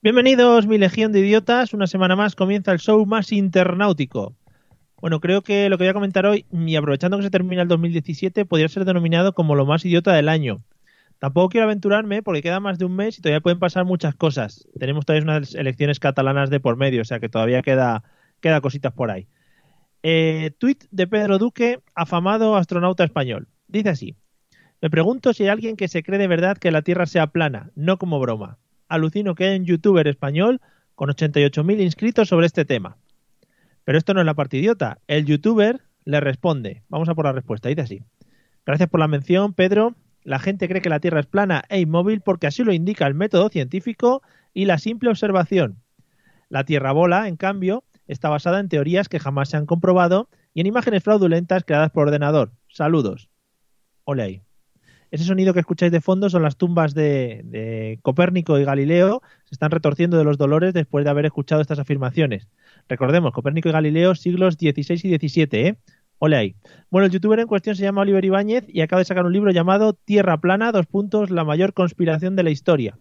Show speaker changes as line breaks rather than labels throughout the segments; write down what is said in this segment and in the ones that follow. Bienvenidos, mi legión de idiotas. Una semana más comienza el show más internautico. Bueno, creo que lo que voy a comentar hoy, y aprovechando que se termina el 2017, podría ser denominado como lo más idiota del año. Tampoco quiero aventurarme porque queda más de un mes y todavía pueden pasar muchas cosas. Tenemos todavía unas elecciones catalanas de por medio, o sea que todavía queda, queda cositas por ahí. Eh, tweet de Pedro Duque, afamado astronauta español. Dice así: Me pregunto si hay alguien que se cree de verdad que la Tierra sea plana, no como broma. Alucino que hay un youtuber español con 88.000 inscritos sobre este tema. Pero esto no es la parte idiota. El youtuber le responde. Vamos a por la respuesta. Dice así. Gracias por la mención, Pedro. La gente cree que la Tierra es plana e inmóvil porque así lo indica el método científico y la simple observación. La Tierra bola, en cambio, está basada en teorías que jamás se han comprobado y en imágenes fraudulentas creadas por ordenador. Saludos. Ole ahí. Ese sonido que escucháis de fondo son las tumbas de, de Copérnico y Galileo. Se están retorciendo de los dolores después de haber escuchado estas afirmaciones. Recordemos, Copérnico y Galileo, siglos XVI y XVII, ¿eh? Ole ahí. Bueno, el youtuber en cuestión se llama Oliver Ibáñez y acaba de sacar un libro llamado Tierra Plana, dos puntos, la mayor conspiración de la historia.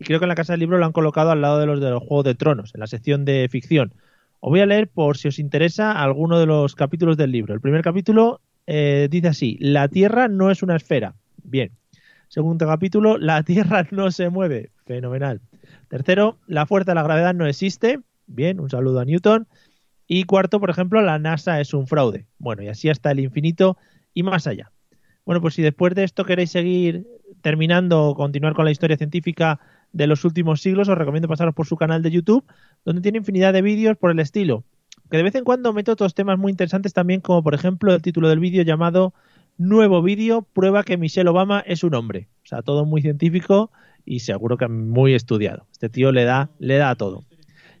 Y creo que en la casa del libro lo han colocado al lado de los de los Juegos de Tronos, en la sección de ficción. Os voy a leer, por si os interesa, alguno de los capítulos del libro. El primer capítulo eh, dice así, La Tierra no es una esfera. Bien. Segundo capítulo, La Tierra no se mueve. Fenomenal. Tercero, La fuerza de la gravedad no existe. Bien, un saludo a Newton. Y cuarto, por ejemplo, la NASA es un fraude. Bueno, y así hasta el infinito y más allá. Bueno, pues si después de esto queréis seguir terminando o continuar con la historia científica de los últimos siglos, os recomiendo pasaros por su canal de YouTube, donde tiene infinidad de vídeos por el estilo. Que de vez en cuando meto otros temas muy interesantes también, como por ejemplo el título del vídeo llamado Nuevo vídeo, prueba que Michelle Obama es un hombre. O sea, todo muy científico y seguro que muy estudiado. Este tío le da, le da a todo.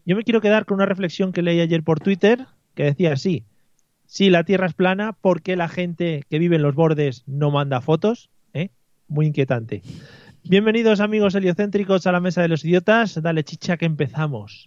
Yo me quiero quedar con una reflexión que leí ayer por Twitter que decía así: si la Tierra es plana, ¿por qué la gente que vive en los bordes no manda fotos? ¿Eh? Muy inquietante. Bienvenidos, amigos heliocéntricos, a la mesa de los idiotas. Dale chicha que empezamos.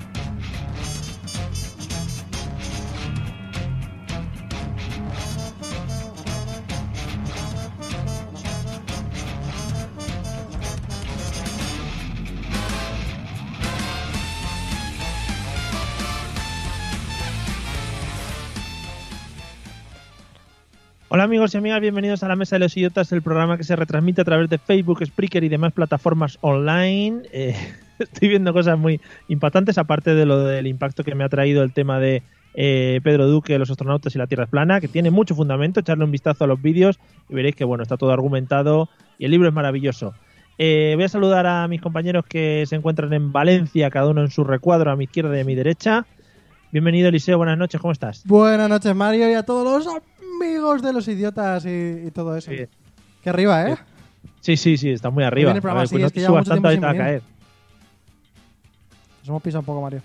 Hola amigos y amigas, bienvenidos a la Mesa de los Idiotas, el programa que se retransmite a través de Facebook, Spreaker y demás plataformas online. Eh, estoy viendo cosas muy impactantes, aparte de lo del impacto que me ha traído el tema de eh, Pedro Duque, los astronautas y la Tierra es plana, que tiene mucho fundamento. Echarle un vistazo a los vídeos y veréis que bueno, está todo argumentado y el libro es maravilloso. Eh, voy a saludar a mis compañeros que se encuentran en Valencia, cada uno en su recuadro, a mi izquierda y a mi derecha. Bienvenido Eliseo, buenas noches, ¿cómo estás?
Buenas noches, Mario, y a todos los amigos de los idiotas y, y todo eso.
Sí.
Que arriba, ¿eh?
Sí, sí, sí, está muy arriba.
viene el programa,
A ver, pues,
sí,
no
es
te
que lleva
subas
mucho
tanto, ahí te
tiempo
va a
sin
caer.
Nos hemos pisado un poco, Mario.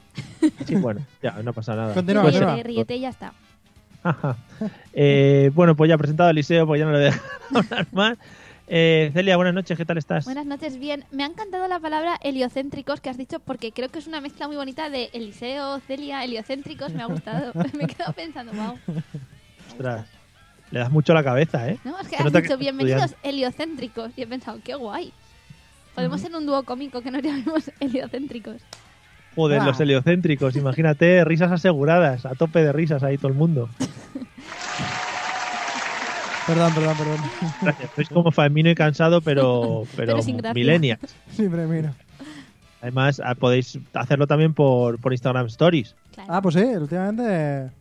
Sí, bueno, ya, no pasa nada.
Continúa,
Puede
continúa.
ser.
Ríete, ríete y ya está.
Ajá. Eh, bueno, pues ya presentado a Eliseo, pues ya no le dejo hablar más. Eh, Celia, buenas noches, ¿qué tal estás?
Buenas noches, bien. Me ha encantado la palabra heliocéntricos que has dicho porque creo que es una mezcla muy bonita de Eliseo, Celia, heliocéntricos. Me ha gustado. Me he quedado pensando, wow.
Ostras, le das mucho a la cabeza, ¿eh?
No, es
Se
que has
nota que
dicho
estás
bienvenidos heliocéntricos. Y he pensado, qué guay. Podemos ser un dúo cómico que nos llamemos heliocéntricos.
Joder,
Ah.
los heliocéntricos, imagínate, risas aseguradas, a tope de risas ahí todo el mundo.
Perdón, perdón, perdón.
Gracias, sois como famino y cansado, pero, pero,
Pero sin gracia.
millennials.
Siempre miro.
Además, ah, podéis hacerlo también por, por Instagram Stories.
Claro.
Ah, pues sí, últimamente.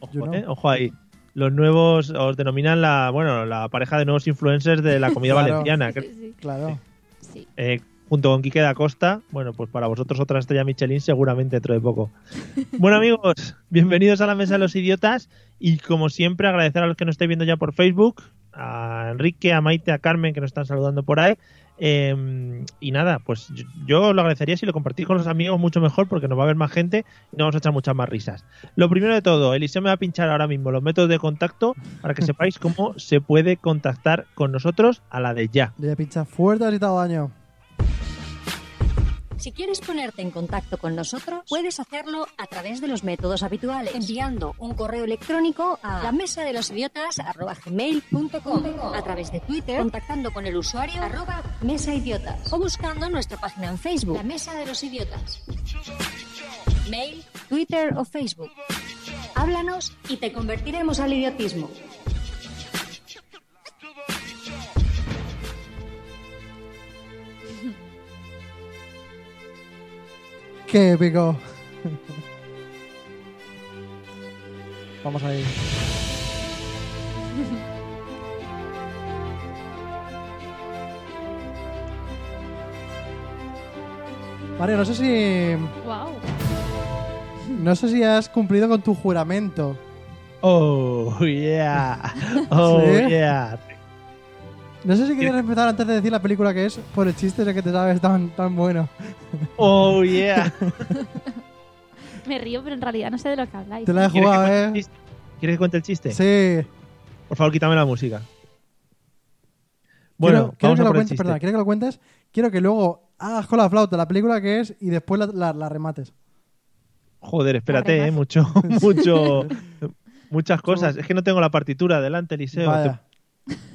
Ojo,
You know.
¿eh? Ojo ahí. los nuevos, os denominan la, bueno, la pareja de nuevos influencers de la comida
Claro.
valenciana, que-
Sí,
Claro.
sí.
eh, junto con Quique da Costa. Bueno, pues para vosotros otra estrella Michelin seguramente dentro de poco. Bueno amigos, bienvenidos a la Mesa de los Idiotas y como siempre agradecer a los que nos estáis viendo ya por Facebook, a Enrique, a Maite, a Carmen que nos están saludando por ahí. Eh, y nada, pues yo, yo lo agradecería si lo compartís con los amigos mucho mejor porque nos va a ver más gente y nos vamos a echar muchas más risas. Lo primero de todo, Eliseo me va a pinchar ahora mismo los métodos de contacto para que sepáis cómo se puede contactar con nosotros a la de ya.
Le voy a pinchar fuerte así te hago daño.
Si quieres ponerte en contacto con nosotros, puedes hacerlo a través de los métodos habituales, enviando un correo electrónico a la mesa de los idiotas a través de Twitter, contactando con el usuario arroba mesa idiotas o buscando nuestra página en Facebook, la mesa de los idiotas. Mail, Twitter o Facebook. Háblanos y te convertiremos al idiotismo.
¡Qué épico! Vamos ahí. Mario, no sé si.
Wow.
No sé si has cumplido con tu juramento.
Oh, yeah. Oh,
¿Sí?
yeah.
No sé si quieres empezar antes de decir la película que es por el chiste ese que te sabes tan, tan bueno.
Oh, yeah.
Me río, pero en realidad no sé de lo que habláis.
Te la he
¿Quieres que
jugado,
cuente el
eh.
chiste? ¿Quieres que cuente el chiste?
Sí.
Por favor, quítame la música. Bueno, vamos
quiero, quiero que
a
lo
por el
cuentes,
chiste.
perdona, quiero que lo cuentes. Quiero que luego hagas con la flauta la película que es y después la, la- la remates.
Joder, espérate,
Arremas.
eh, mucho, mucho, muchas cosas. Es que no tengo la partitura adelante, Eliseo.
Vaya.
Te-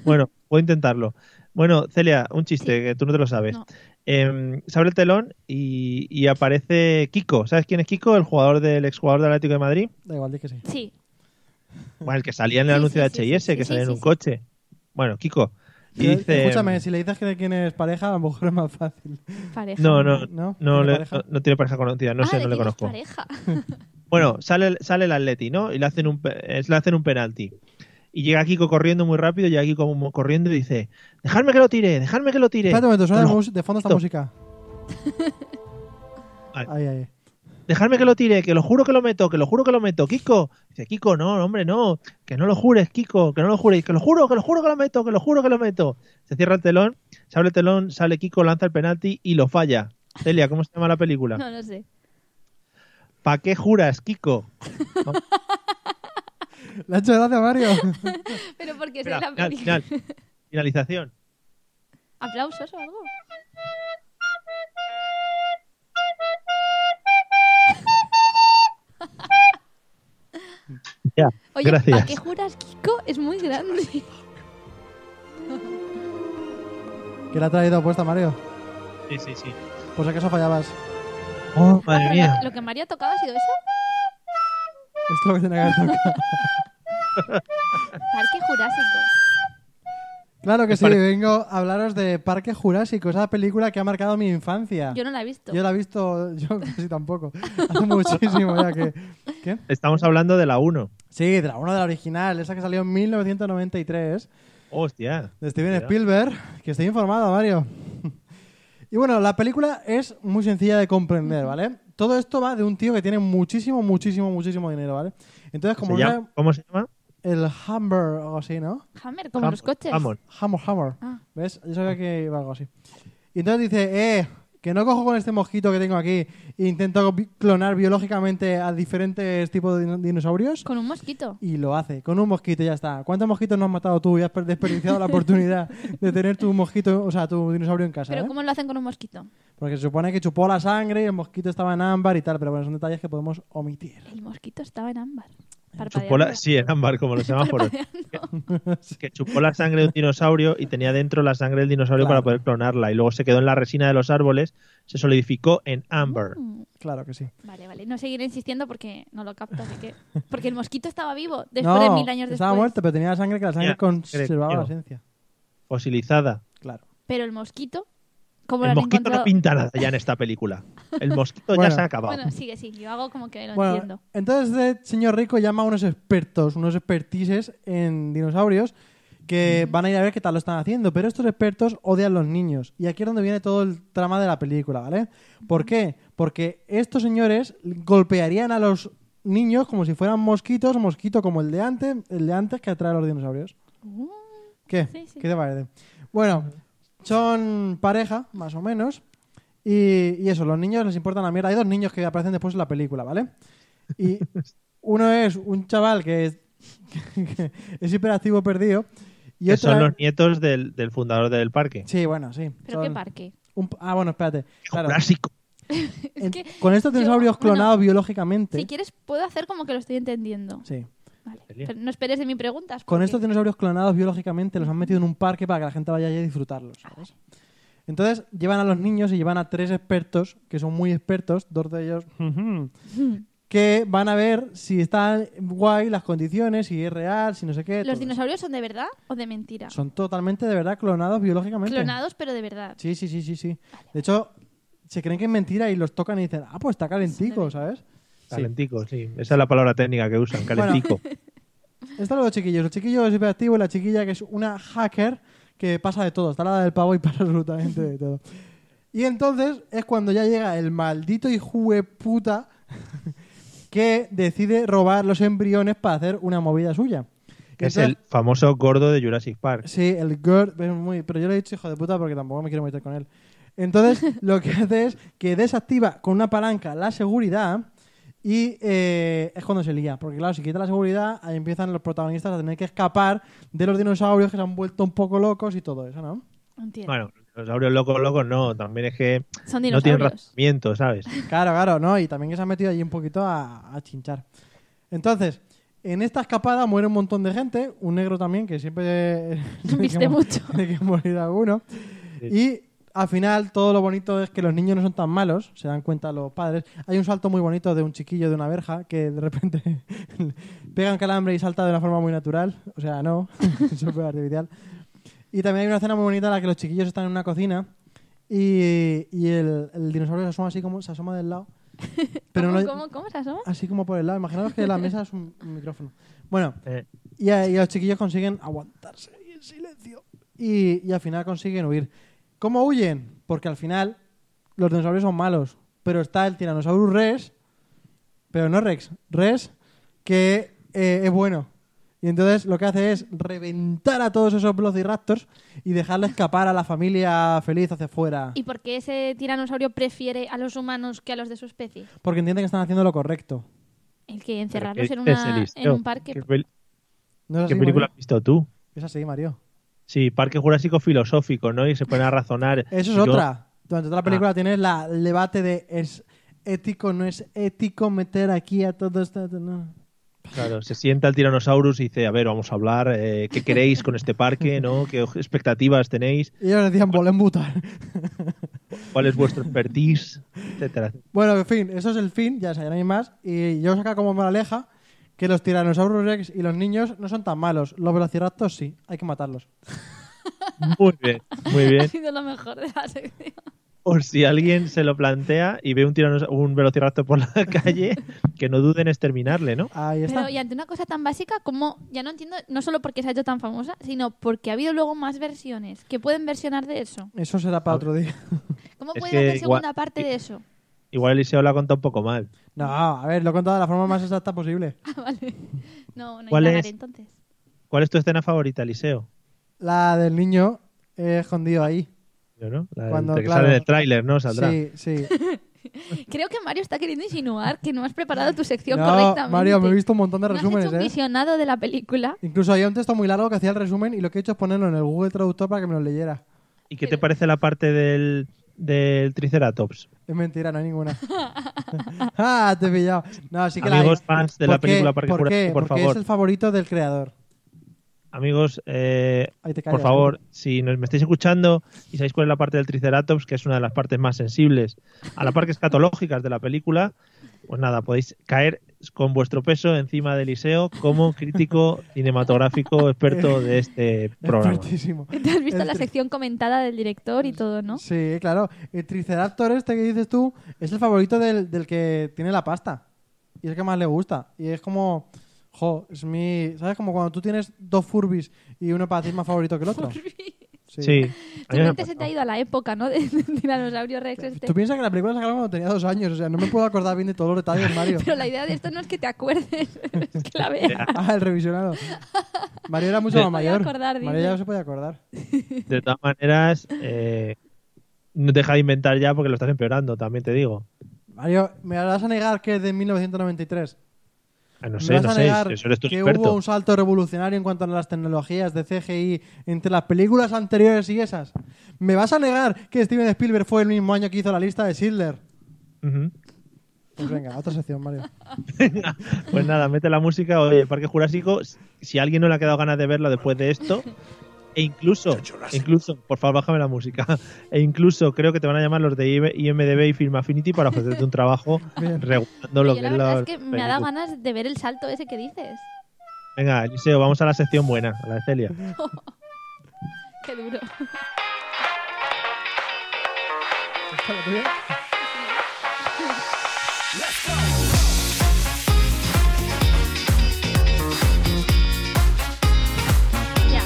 Bueno, voy a intentarlo. Bueno, Celia, un chiste que tú no te lo sabes.
No.
Em, se abre el telón y, y aparece Kiko. ¿Sabes quién es Kiko? El jugador del exjugador del Atlético de Madrid.
Da igual, di que sí.
Sí.
Bueno, el que salía en el
Sí,
anuncio
sí,
de
sí,
H&S,
sí,
que
sí,
salía en
sí,
un
sí.
coche. Bueno, Kiko. Y
Pero,
dice...
Escúchame, si le dices que de quién es pareja, a lo mejor es más fácil.
Pareja.
mm, No, no,
¿No?
no,
¿Tiene
le-
pareja?
no, no tiene pareja conocida, no
Ah,
sé,
¿de
no le
quién es
conozco.
pareja?
Bueno, sale, sale el Atleti, ¿no? Y le hacen, un, pe- eh, le hacen un penalti. Y llega Kiko corriendo muy rápido, llega Kiko como corriendo y dice, dejadme que lo tire, dejadme que lo tire.
Espérate un momento, suena
No,
de,
no,
mus- de fondo esta
Esto.
música.
Vale.
Ahí, ahí.
dejadme que lo tire, que lo juro que lo meto, que lo juro que lo meto, Kiko. Dice, Kiko, no, hombre, no, que no lo jures, Kiko, que no lo jures, que lo juro, que lo juro que lo meto, que lo juro que lo meto. Se cierra el telón, se abre el telón, sale Kiko, lanza el penalti y lo falla. Celia, ¿cómo se llama la película?
No lo sé.
¿Pa qué juras, Kiko?
¿Le ha hecho gracia, Mario?
Pero porque es
Espera,
la
final,
película.
final. Finalización.
¿Aplausos o algo?
Ya,
Oye,
gracias.
¿para qué juras, Kiko? Es muy grande.
que la ha traído puesta, Mario.
Sí, sí, sí.
Por si acaso fallabas.
Oh,
Pero
madre mía.
Lo que María ha tocado ha sido eso.
Esto que tiene que haber tocado.
Parque Jurásico.
Claro que
Me
sí,
parece-
vengo a hablaros de Parque Jurásico, esa película que ha marcado mi infancia.
Yo no la he visto.
Ah. Yo la he visto, yo casi tampoco. Hace muchísimo ya que. ¿Qué?
Estamos hablando de la 1.
Sí, de la, una de la original, esa que salió en 1993,
Hostia.
de Steven
Mira.
Spielberg, que estoy informado, Mario. y bueno, la película es muy sencilla de comprender, ¿vale? Todo esto va de un tío que tiene muchísimo, muchísimo, muchísimo dinero, ¿vale? Entonces, como
¿Se
no
llama- ¿Cómo se llama?
era el Humber o algo así, ¿no?
Hammer, como
Ham-
los coches.
Hammond.
Hammer, Hammer.
Ah.
¿Ves? Yo sabía que iba algo así. Y entonces dice, eh, que no cojo con este mosquito que tengo aquí e intento bi- clonar biológicamente a diferentes tipos de dino- dinosaurios.
Con un mosquito.
Y lo hace, con un mosquito y ya está. ¿Cuántos mosquitos no has matado tú y has per- desperdiciado la oportunidad de tener tu mosquito, o sea, tu dinosaurio en casa?
Pero
eh?
¿cómo lo hacen con un mosquito?
Porque se supone que chupó la sangre y el mosquito estaba en ámbar y tal, pero bueno, son detalles que podemos omitir.
El mosquito estaba en ámbar.
Chupó la-
Parpadeando.
Sí, en ámbar, como los semáforos.
Parpadeando.
que chupó la sangre de un dinosaurio y tenía dentro la sangre del dinosaurio
Claro.
para poder clonarla. Y luego se quedó en la resina de los árboles, se solidificó en ámbar.
Mm.
Claro que sí.
Vale, vale. No seguiré insistiendo porque no lo capto. así que... Porque el mosquito estaba vivo después
no,
de mil años
estaba
después.
muerto, pero tenía la sangre que la sangre
Ya,
conservaba la
creo.
esencia.
Fosilizada.
Claro.
Pero el mosquito ¿Cómo lo
El
han
mosquito no
encontrado?
pinta nada ya en esta película. El mosquito ya
Bueno.
se ha acabado.
Bueno, sigue, sí, yo hago como que lo
Bueno,
entiendo.
entonces este señor rico llama a unos expertos, unos expertises en dinosaurios que van a ir a ver qué tal lo están haciendo, pero estos expertos odian los niños. Y aquí es donde viene todo el trama de la película, ¿vale? ¿Por qué? Porque estos señores golpearían a los niños como si fueran mosquitos, mosquito como el de antes, el de antes que atrae a los dinosaurios. ¿Qué?
Sí, sí.
¿Qué te parece? Bueno, son pareja, más o menos. Y, y eso, los niños les importa la mierda. Hay dos niños que aparecen después en la película, ¿vale? Y uno es un chaval que es, que es hiperactivo perdido. Y
que
otro
son los nietos del, del fundador del parque.
Sí, bueno, sí.
¿Pero qué
Son
parque?
un- Ah, bueno, espérate. Claro.
Clásico.
En-
que
Con estos
yo-
dinosaurios
bueno,
clonados biológicamente.
Si quieres, puedo hacer como que lo estoy entendiendo.
Sí.
Vale. Pero no esperes de mi preguntas.
Con
porque-
estos dinosaurios clonados biológicamente los han metido en un parque para que la gente vaya allí a disfrutarlos. ¿sabes? Entonces llevan a los niños y llevan a tres expertos, que son muy expertos, dos de ellos, que van a ver si están guay las condiciones, si es real, si no sé qué. todo
¿Los
eso.
dinosaurios son de verdad o de mentira?
Son totalmente de verdad clonados biológicamente.
Clonados, pero de verdad.
Sí, sí, sí, sí, sí. De hecho, se creen que es mentira y los tocan y dicen, ah, pues está calentico, ¿sabes? Sí.
Calentico, sí. Esa es la palabra técnica que usan, calentico.
Están los dos chiquillos. El chiquillo es hiperactivo y la chiquilla que es una hacker que pasa de todo. Está la del pavo y pasa absolutamente de todo. Y entonces es cuando ya llega el maldito hijo de puta que decide robar los embriones para hacer una movida suya.
que es
Entonces-
el famoso gordo de Jurassic Park.
Sí, el girl, pero muy, pero yo le he dicho hijo de puta porque tampoco me quiero meter con él. Entonces, lo que hace es que desactiva con una palanca la seguridad y eh, es cuando se lía. Porque, claro, si quita la seguridad, ahí empiezan los protagonistas a tener que escapar de los dinosaurios que se han vuelto un poco locos y todo eso, ¿no?
Entiendo.
Bueno, los dinosaurios locos, locos no. También es que
son
no tienen
dinosaurios.
razonamiento, ¿sabes?
Claro, claro, ¿no? Y también que se ha metido allí un poquito a, a chinchar. Entonces, en esta escapada muere un montón de gente, un negro también, que siempre tiene que
Viste
mo-
mucho.
tiene que morir alguno. Y al final, todo lo bonito es que los niños no son tan malos, se dan cuenta los padres. Hay un salto muy bonito de un chiquillo de una verja que de repente pega un calambre y salta de una forma muy natural. O sea, no, súper artificial. Y también hay una escena muy bonita en la que los chiquillos están en una cocina y, y el, el dinosaurio se asoma así como se asoma del lado. Pero
¿Cómo,
no, Ah.
cómo, cómo se asoma?
así como por el lado. Imaginaos que la mesa es un, un micrófono. Bueno,
Eh.
y, a- y los chiquillos consiguen aguantarse ahí en silencio. Y, y al final consiguen huir. ¿Cómo huyen? Porque al final los dinosaurios son malos. Pero está el Tyrannosaurus Rex, pero no Rex, Rex, que eh, es bueno. Y entonces lo que hace es reventar a todos esos velociraptors y dejarle escapar a la familia feliz hacia afuera.
¿Y por qué ese tiranosaurio prefiere a los humanos que a los de su especie?
Porque entienden que están haciendo lo correcto.
El que encerrarlos
¿Qué
en,
dices,
una, en
Eliseo?
un parque.
este ¿Qué, pel-
¿No es
qué
así,
película has visto tú?
Mario? Es así, Mario.
Sí, Parque Jurásico Filosófico, ¿no? Y se ponen a razonar.
Eso es
Y yo- Ah.
otra. Durante toda la película tienes la, el debate de es ético, no es ético meter aquí a todos. ta- ta- no.
Claro, se sienta el Tyrannosaurus y dice, a ver, vamos a hablar, eh, ¿qué queréis con este parque, no? ¿Qué expectativas tenéis?
Y ellos decían, volen votar.
¿Cuál es vuestro expertise? Etcétera.
bueno, en fin, eso es el fin, ya, sé, ya no hay más. Y yo saca como moraleja que los tiranosaurus rex y los niños no son tan malos. Los velociraptors sí, hay que matarlos.
Muy bien, muy
Ha
bien.
sido lo mejor de la sección.
Por si alguien se lo plantea y ve un, tiranosa- un velociraptor por la calle, que no duden en exterminarle, ¿no?
Ahí está.
Pero y ante una cosa tan básica como, ya no entiendo, no solo porque se ha hecho tan famosa, sino porque ha habido luego más versiones que pueden versionar de eso.
Eso será para otro día.
¿Cómo
Es
puede
que
hacer
igual-
segunda parte de eso?
Igual Eliseo lo ha contado un poco mal.
No, a ver, lo he contado de la forma más exacta posible.
Ah, vale. No, no
¿Cuál
indagaré
es?
entonces.
¿Cuál es tu escena favorita, Eliseo?
La del niño eh, escondido ahí.
Yo, ¿no? La del-
Cuando,
que
claro.
sale en el tráiler, ¿no? Saldrá.
Sí, sí.
Creo que Mario está queriendo insinuar que no has preparado tu sección
No,
correctamente.
Mario, me he visto un montón de
No has hecho
resúmenes,
un
¿eh?
visionado de la película.
Incluso había un texto muy largo que hacía el resumen y lo que he hecho es ponerlo en el Google Traductor para que me lo leyera.
¿Y qué te parece la parte del, del Triceratops?
Es mentira, no hay ninguna. ¡Ah, te he pillado! No, sí que la
Amigos
hay.
fans de
¿Por
la
qué?
película Parque
¿Por
Jurásico,
qué?
por
Porque es
favor.
el favorito del creador.
Amigos, eh,
Ahí te callas,
por favor, si nos, me estáis escuchando y sabéis cuál es la parte del Triceratops, que es una de las partes más sensibles a la parte escatológicas de la película, Pues nada, podéis caer con vuestro peso encima de Eliseo como crítico cinematográfico experto de este programa.
Expertísimo.
Te has visto
El
la
tri-
sección comentada del director y todo, ¿no?
Sí, claro. El Triceraptor este que dices tú es el favorito del, del que tiene la pasta. Y es el que más le gusta. Y es como... Jo, es mi... ¿Sabes? Como cuando tú tienes dos Furbis y uno para ti es más favorito que el otro. Sí.
Sí. A
Tu
mí me ha
mente se te ha
pasado.
ido a la época, ¿no? Del tiranosaurio Rex este.
Tú piensas que la película la sacaron cuando tenía dos años. O sea, no me puedo acordar bien de todos los detalles, Mario.
Pero la idea de esto no es que te acuerdes, es que la veas.
Ah, el revisionado. Mario era mucho
Sí.
más mayor.
Se podía acordar,
Mario
dice.
ya no se podía acordar.
De todas maneras, eh, no deja de inventar ya porque lo estás empeorando, también te digo.
Mario, ¿me vas a negar que es de 1993?
Ah, no
¿Me
sé,
vas
no
a
sé,
negar
eso eres tu
que
experto.
hubo un salto revolucionario en cuanto a las tecnologías de CGI entre las películas anteriores y esas? ¿Me vas a negar que Steven Spielberg fue el mismo año que hizo la lista de Schindler?
Ujú.
Pues venga, otra sección, Mario.
Pues nada, mete la música, oye, Parque Jurásico, si a alguien no le ha quedado ganas de verla después de esto, e incluso, incluso, por favor, bájame la música, e incluso creo que te van a llamar los de IMDB y Film Affinity para ofrecerte un trabajo
Bien.
regulando lo
Yo
que
la
es
verdad
la
es que me ha dado ganas de ver el salto ese que dices.
Venga, Eliseo, vamos a la sección buena, a la de Celia.
Qué duro. Ya.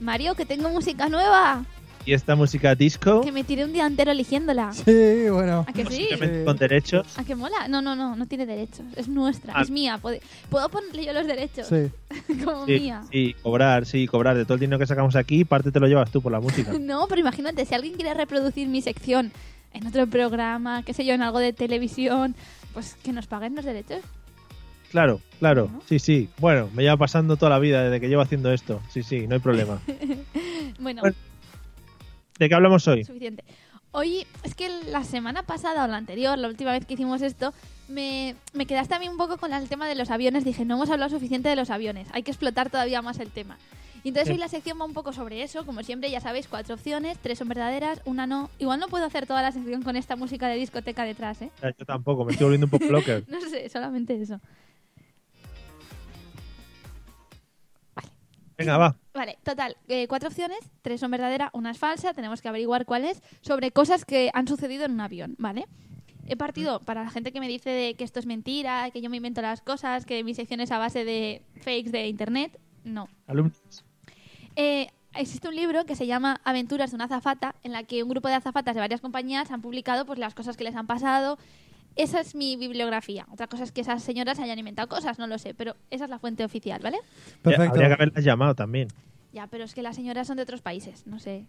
Mario, que tengo música nueva.
Y esta música disco,
Que me tiré un día entero eligiéndola.
Sí, bueno.
¿A que sí?
obviamente
Sí.
con derechos,
¿A que mola? No, no, no, no tiene derechos. Es nuestra,
Ah.
es mía. Puede- Puedo ponerle yo los derechos
Sí.
como
sí,
mía.
sí, cobrar, sí, cobrar, de todo el dinero que sacamos aquí, parte te lo llevas tú por la música.
No, pero imagínate, si alguien quiere reproducir mi sección en otro programa, qué sé yo, en algo de televisión, pues que nos paguen los derechos.
Claro, claro,
Bueno.
sí, sí. Bueno, me lleva pasando toda la vida desde que llevo haciendo esto. Sí, sí, no hay problema.
Bueno,
Bueno. ¿De qué hablamos hoy?
suficiente. Hoy, es que la semana pasada o la anterior, la última vez que hicimos esto, me, me quedaste a mí un poco con el tema de los aviones. Dije, no hemos hablado suficiente de los aviones, hay que explotar todavía más el tema. Y entonces
Sí.
hoy la sección va un poco sobre eso, como siempre, ya sabéis, cuatro opciones, tres son verdaderas, una no. Igual no puedo hacer toda la sección con esta música de discoteca detrás, ¿eh?
Eh, Yo tampoco, me estoy volviendo un poco locker.
No sé, solamente eso.
Venga, va.
Vale, total, eh, cuatro opciones, tres son verdaderas, una es falsa, tenemos que averiguar cuál es, sobre cosas que han sucedido en un avión, ¿vale? He partido para la gente que me dice de que esto es mentira, que yo me invento las cosas, que mi sección es a base de fakes de internet, no.
Alumnos.
Eh, existe un libro que se llama Aventuras de una azafata, en la que un grupo de azafatas de varias compañías han publicado pues, las cosas que les han pasado. Esa es mi bibliografía. Otra cosa es que esas señoras hayan inventado cosas, no lo sé, pero esa es la fuente oficial, ¿vale?
Ya,
Perfecto.
Habría que haberlas llamado también.
Ya, pero es que las señoras son de otros países, no sé.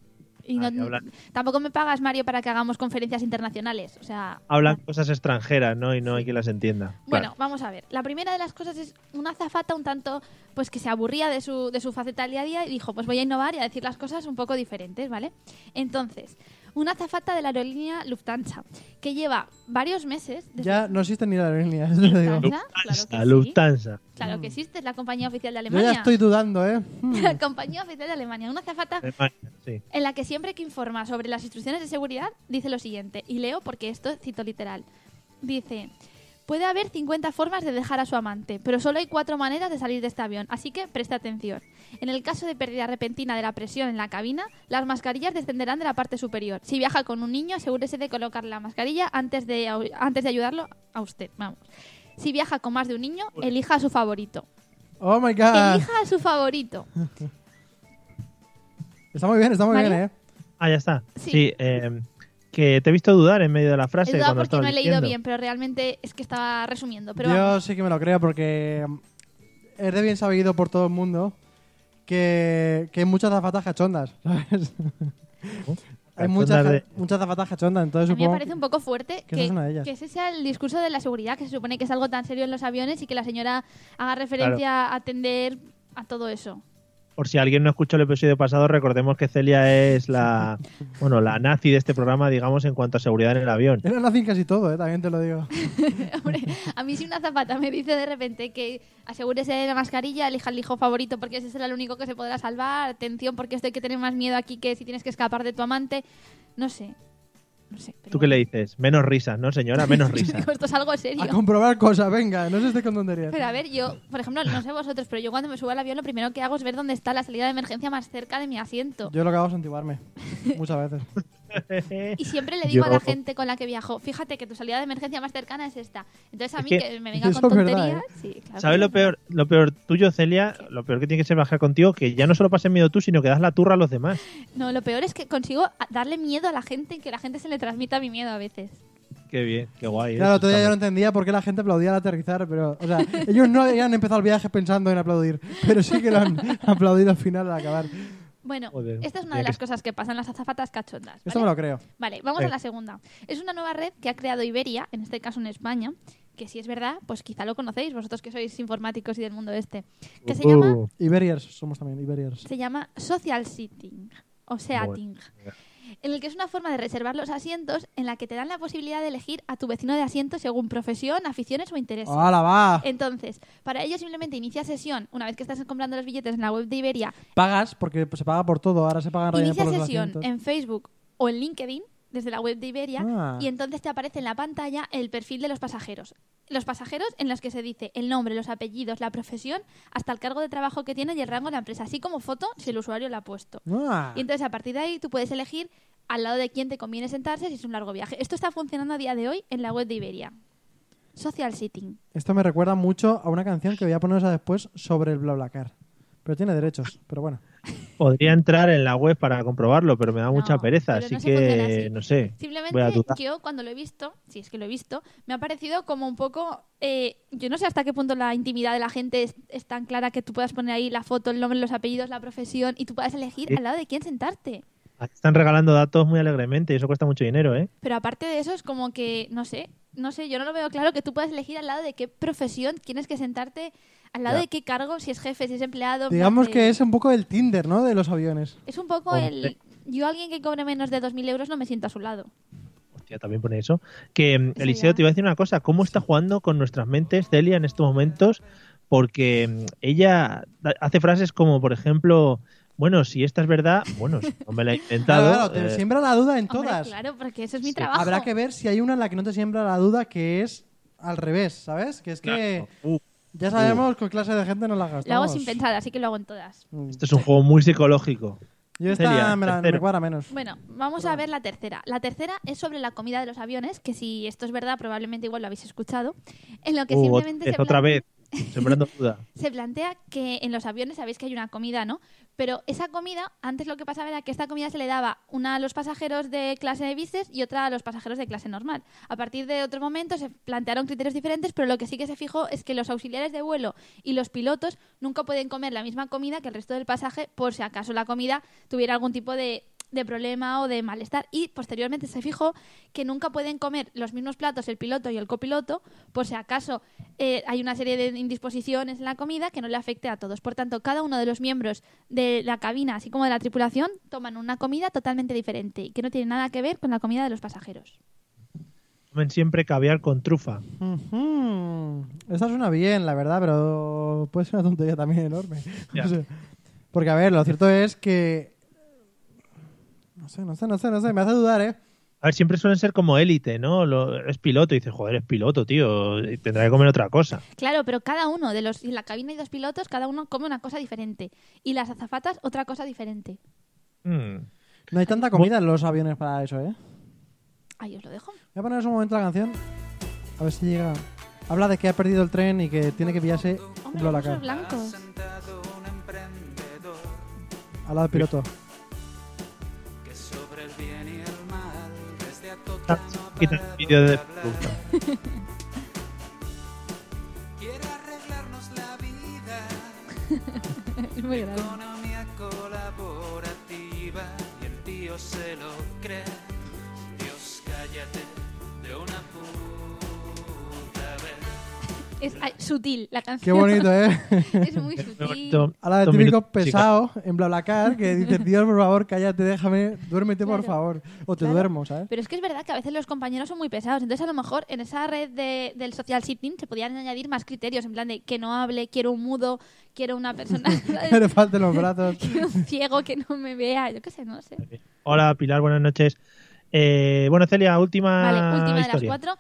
Y
Ah,
no-
y hablan-
tampoco me pagas, Mario, para que hagamos conferencias internacionales. O sea,
Hablan cosas extranjeras, ¿no? Y no hay quien las entienda.
Bueno,
Vale.
vamos a ver. La primera de las cosas es una azafata un tanto, pues que se aburría de su, de su faceta al día a día y dijo, pues voy a innovar y a decir las cosas un poco diferentes, ¿vale? Entonces, una azafata de la aerolínea Lufthansa, que lleva varios meses... desde-
Ya no existe ni la aerolínea, te lo digo.
Lufthansa,
Lufthansa,
claro que sí.
Lufthansa.
Claro que existe, es la compañía oficial de
Yo
Alemania.
ya estoy dudando, ¿eh? Hmm.
La compañía oficial de Alemania, una azafata
Alemania, sí.
en la que siempre que informa sobre las instrucciones de seguridad dice lo siguiente, y leo porque esto cito literal. Dice, puede haber 50 formas de dejar a su amante, pero solo hay cuatro maneras de salir de este avión, así que presta atención. En el caso de pérdida repentina de la presión en la cabina, las mascarillas descenderán de la parte superior. Si viaja con un niño, asegúrese de colocarle la mascarilla antes de, au- antes de ayudarlo a usted. Vamos. Si viaja con más de un niño, elija a su favorito.
Oh my god.
Elija a su favorito.
Está muy bien, está muy
¿Mario?
bien, ¿eh?
Ah, ya está.
Sí.
Sí, eh, que te he visto dudar en medio de la frase.
He dudado
cuando
porque
estabas
no he leído
diciendo.
bien, pero realmente es que estaba resumiendo. Pero
Yo
vamos.
sí que me lo creo porque um, es de bien sabido por todo el mundo que, que hay muchas zafatas cachondas, ¿sabes? hay
Cachondas
muchas,
de-
ja- muchas zafatas cachondas, entonces
A mí me
supongo...
parece un poco fuerte
que esa
que,
es una de ellas.
que ese sea el discurso de la seguridad, que se supone que es algo tan serio en los aviones y que la señora haga referencia a atender a todo eso.
Por si alguien no escuchó el episodio pasado, recordemos que Celia es la, bueno, la nazi de este programa, digamos, en cuanto a seguridad en el avión.
Era nazi en casi todo, ¿eh? también te lo digo.
Hombre, a mí si una zapata me dice de repente que asegúrese de la mascarilla, elija el hijo favorito porque ese será el único que se podrá salvar, atención porque esto hay que tener más miedo aquí que si tienes que escapar de tu amante, no sé. no sé. pero
¿Tú qué le dices? Menos risas, ¿no, señora? Menos risas.
Digo, Esto es algo serio.
A comprobar cosas, venga, no se esté con tonterías.
Pero a ver, yo, por ejemplo, no sé vosotros, pero yo cuando me subo al avión lo primero que hago es ver dónde está la salida de emergencia más cerca de mi asiento.
Yo lo que hago es antiguarme. Muchas veces.
Y siempre le digo a la
Yo-
gente con la que viajo, fíjate que tu salida de emergencia más cercana es esta. Entonces a
Es
mí
que
que, me vengan
eso
con
es verdad,
tonterías. sí, claro
¿Sabes
que
lo
no.
peor? Lo peor tuyo, Celia, lo peor que tiene que ser bajar contigo, que ya no solo pases miedo tú, sino que das la turra a los demás.
No, lo peor es que consigo a- darle miedo a la gente y que la gente se le transmita mi miedo a veces.
Qué bien, qué guay.
Claro,
eso
todavía yo
está
no
muy-
entendía por qué la gente aplaudía al aterrizar, pero, o sea, ellos no habían empezado el viaje pensando en aplaudir, pero sí que lo han aplaudido al final al acabar.
Bueno,
Joder,
esta es
tenía
una de
que
las
ser-
cosas que pasan las azafatas cachondas.
Esto
¿vale?
me lo creo.
Vale, vamos
Eh.
a la segunda. Es una nueva red que ha creado Iberia, en este caso en España, que si es verdad, pues quizá lo conocéis, vosotros que sois informáticos y del mundo este, que se llama
Uh,
Iberiers, somos también Iberiers.
se llama social seating o seating, en el que es una forma de reservar los asientos en la que te dan la posibilidad de elegir a tu vecino de asiento según profesión, aficiones o intereses.
Ah.
¡Hala, va!
Eh, Entonces, para ello simplemente inicias sesión una vez que estás comprando los billetes en la web de Iberia,
Pagas, porque se paga por todo, ahora se pagan rayas por
inicia
los
sesión
asientos.
en Facebook o en LinkedIn desde la web de Iberia
Ah.
y entonces te aparece en la pantalla el perfil de los pasajeros. Los pasajeros en los que se dice el nombre, los apellidos, la profesión, hasta el cargo de trabajo que tienen y el rango de la empresa, así como foto si el usuario la ha puesto.
Ah.
Y entonces a partir de ahí tú puedes elegir al lado de quién te conviene sentarse si es un largo viaje. Esto está funcionando a día de hoy en la web de Iberia. Social Sitting.
Esto me recuerda mucho a una canción que voy a poneros a después sobre el BlaBlaCar. Pero tiene derechos, pero bueno.
Podría entrar en la web para comprobarlo, pero me da mucha
No,
pereza,
pero
así
no se funciona
que
así.
no sé. Voy a
Simplemente
dudar.
yo cuando lo he visto, si es que lo he visto, me ha parecido como un poco... eh, yo no sé hasta qué punto la intimidad de la gente es, es tan clara que tú puedas poner ahí la foto, el nombre, los apellidos, la profesión y tú puedas elegir
Sí.
al lado de quién sentarte.
Aquí Están regalando datos muy alegremente y eso cuesta mucho dinero, ¿eh?
Pero aparte de eso es como que, no sé, no sé, yo no lo veo claro que tú puedas elegir al lado de qué profesión tienes que sentarte, al lado
Ya.
de qué cargo, si es jefe, si es empleado.
Digamos
no sé.
que es un poco el Tinder, ¿no? De los aviones.
Es un poco
Hombre.
el... Yo alguien que cobre menos de 2.000 euros no me siento a su lado.
Hostia, también pone eso. Que, mm,
Eso
Eliseo,
ya.
te iba a decir una cosa. ¿Cómo está jugando con nuestras mentes Celia en estos momentos? Porque mm, ella da- hace frases como, por ejemplo, bueno, si esta es verdad, bueno, si no me la he inventado.
Claro, claro, te
eh,
siembra la duda en
Hombre,
todas.
claro, porque eso es mi
Sí.
trabajo.
Habrá que ver si hay una en la que no te siembra la duda que es al revés, ¿sabes? Que es que
claro. Uh,
ya sabemos con clase de gente no la gastamos.
Lo hago sin pensar, así que lo hago en todas.
Mm.
esto este es un juego muy psicológico.
Yo esta
Celia,
me, la,
tercero.
me cuadra menos.
Bueno, vamos a ver la tercera. La tercera es sobre la comida de los aviones, que si esto es verdad, probablemente igual lo habéis escuchado. En lo que
Uh,
simplemente
es
se,
otra
plan-
vez, sembrando duda.
se plantea que en los aviones sabéis que hay una comida, ¿no? Pero esa comida, antes lo que pasaba era que esta comida se le daba una a los pasajeros de clase de business y otra a los pasajeros de clase normal. A partir de otro momento se plantearon criterios diferentes, pero lo que sí que se fijó es que los auxiliares de vuelo y los pilotos nunca pueden comer la misma comida que el resto del pasaje por si acaso la comida tuviera algún tipo de, de problema o de malestar. Y posteriormente se fijó que nunca pueden comer los mismos platos el piloto y el copiloto por si acaso eh, hay una serie de indisposiciones en la comida que no le afecte a todos. Por tanto, cada uno de los miembros de la cabina, así como de la tripulación, toman una comida totalmente diferente y que no tiene nada que ver con la comida de los pasajeros.
Comen siempre caviar con trufa.
Ujú. Esta suena bien, la verdad, pero puede ser una tontería también enorme.
Ya.
No sé. Porque, a ver, lo cierto es que. No sé, no sé, no sé, no sé, me hace dudar, ¿eh?
A ver, siempre suelen ser como élite, ¿no? Lo- es piloto, y dices, joder, es piloto, tío, y tendrá que comer otra cosa.
Claro, pero cada uno de los, en la cabina hay dos pilotos, cada uno come una cosa diferente y las azafatas otra cosa diferente.
Mm.
No hay tanta comida en los aviones para eso, ¿eh?
Ahí os lo dejo.
Voy a poneros un momento la canción. A ver si llega. Habla de que ha perdido el tren y que tiene que pillarse un
Hombre, los
Blablacar.
osos blancos.
Al lado del piloto.
Ah, Quita el vídeo de Puta.
Es muy grave.
economía colaborativa y el tío se lo cree. Dios, cállate de una puta vez.
Es ay, sutil la
Qué
canción.
bonito, ¿eh?
es muy
Es muy
sutil.
bonito.
Habla de
Dos
típico
minutos,
pesado en Blablacar que dice, Dios, por favor, cállate, déjame, duérmete, por
Claro.
favor. O te
Claro.
duermo, ¿sabes?
Pero es que es verdad que a veces los compañeros son muy pesados. Entonces, a lo mejor en esa red de- del social sitting se podían añadir más criterios. En plan de que no hable, quiero un mudo, quiero una persona. ¿sabes?
Que le falten los brazos.
quiero un ciego que no me vea. Yo qué sé, no sé.
chicas. Hola, Pilar, buenas noches. Eh, bueno, Celia, última,
Vale, última de las
historia.
cuatro.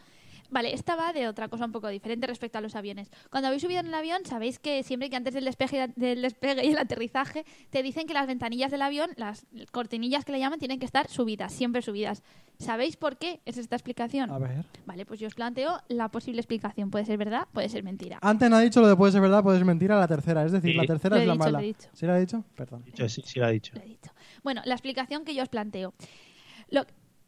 Vale, esta va de otra cosa un poco diferente respecto a los aviones. Cuando habéis subido en el avión, sabéis que siempre que antes del despegue, del despegue y el aterrizaje, te dicen que las ventanillas del avión, las cortinillas que le llaman, tienen que estar subidas, siempre subidas. ¿Sabéis por qué es esta explicación?
A ver.
Vale, pues yo os planteo la posible explicación. Puede ser verdad, puede ser mentira.
Antes no ha dicho lo de puede ser verdad, puede ser mentira, la tercera. Es decir,
Sí.
la tercera
Lo he
es la
dicho, lo he
mala.
dicho.
¿Sí la ha dicho? Perdón.
Dicho, Sí, sí, lo ha dicho.
Lo he dicho. Bueno, la explicación que yo os planteo. Lo-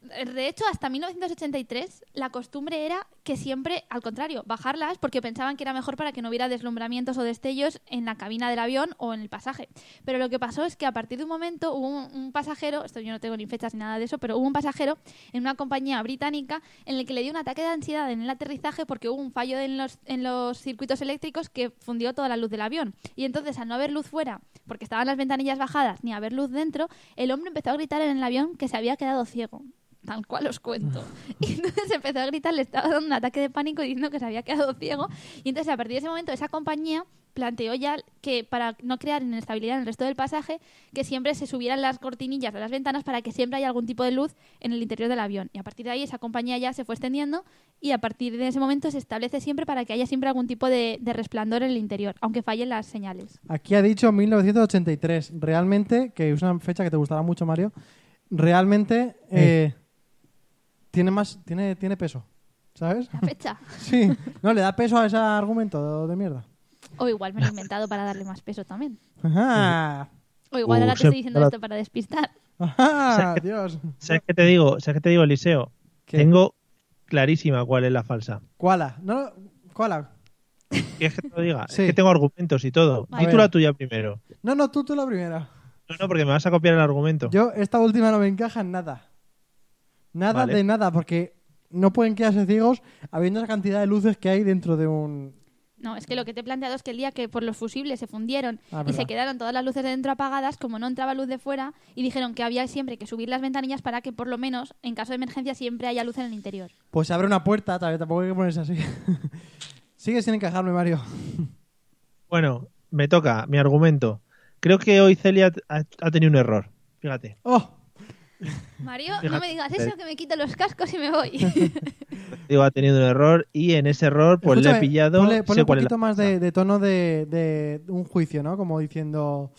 de hecho, hasta 1983 la costumbre era que siempre, al contrario, bajarlas porque pensaban que era mejor para que no hubiera deslumbramientos o destellos en la cabina del avión o en el pasaje. Pero lo que pasó es que a partir de un momento hubo un, un pasajero, esto yo no tengo ni fechas ni nada de eso, pero hubo un pasajero en una compañía británica en el que le dio un ataque de ansiedad en el aterrizaje porque hubo un fallo en los, en los circuitos eléctricos que fundió toda la luz del avión. Y entonces, al no haber luz fuera, porque estaban las ventanillas bajadas, ni haber luz dentro, el hombre empezó a gritar en el avión que se había quedado ciego. Tal cual os cuento. Y entonces empezó a gritar, le estaba dando un ataque de pánico diciendo que se había quedado ciego. Y entonces, a partir de ese momento, esa compañía planteó ya que para no crear inestabilidad en el resto del pasaje, que siempre se subieran las cortinillas de las ventanas para que siempre haya algún tipo de luz en el interior del avión. Y a partir de ahí esa compañía ya se fue extendiendo y a partir de ese momento se establece siempre para que haya siempre algún tipo de, de resplandor en el interior, aunque fallen las señales.
Aquí ha dicho 1983. Realmente, que es una fecha que te gustará mucho, Mario, realmente eh, tiene más tiene, tiene peso. ¿Sabes?
La fecha.
Sí. No, le da peso a ese argumento de mierda.
O igual me lo he inventado para darle más peso también.
Ajá.
O igual
Uh,
ahora te
se-
estoy diciendo
ahora-
esto para despistar.
Ajá,
Saca-
Dios.
¿Sabes qué te digo? ¿Sabes qué te digo, Eliseo?
¿Qué?
Tengo clarísima cuál es la falsa.
¿Cuál? No, ¿Cuál?
¿Quieres que te lo diga?
Sí.
Es que tengo argumentos y todo.
A
Di tú
ver.
la tuya primero.
No, no, tú, tú la primera.
No, no, porque me vas a copiar el argumento.
Yo, esta última no me encaja en nada. Nada
Vale.
de nada, porque no pueden quedarse ciegos habiendo esa cantidad de luces que hay dentro de un.
No, es que lo que te he planteado es que el día que por los fusibles se fundieron
Ah,
y se
verdad.
quedaron todas las luces de dentro apagadas, como no entraba luz de fuera, y dijeron que había siempre que subir las ventanillas para que por lo menos, en caso de emergencia, siempre haya luz en el interior.
Pues se abre una puerta, tal vez tampoco hay que ponerse así. Sigue sin encajarme, Mario.
Bueno, me toca mi argumento. Creo que hoy Celia ha, ha tenido un error. Fíjate.
¡Oh!
Mario, no
Fíjate.
me
eh.
digas eso, que me quito los cascos y me voy.
Digo, ha tenido un error y en ese error pues le he
Escúchame,
pillado.
Ponle,
sé
ponle un
cuál es la
poquito más
falsa.
de, de tono de, de un juicio, ¿no? Como diciendo.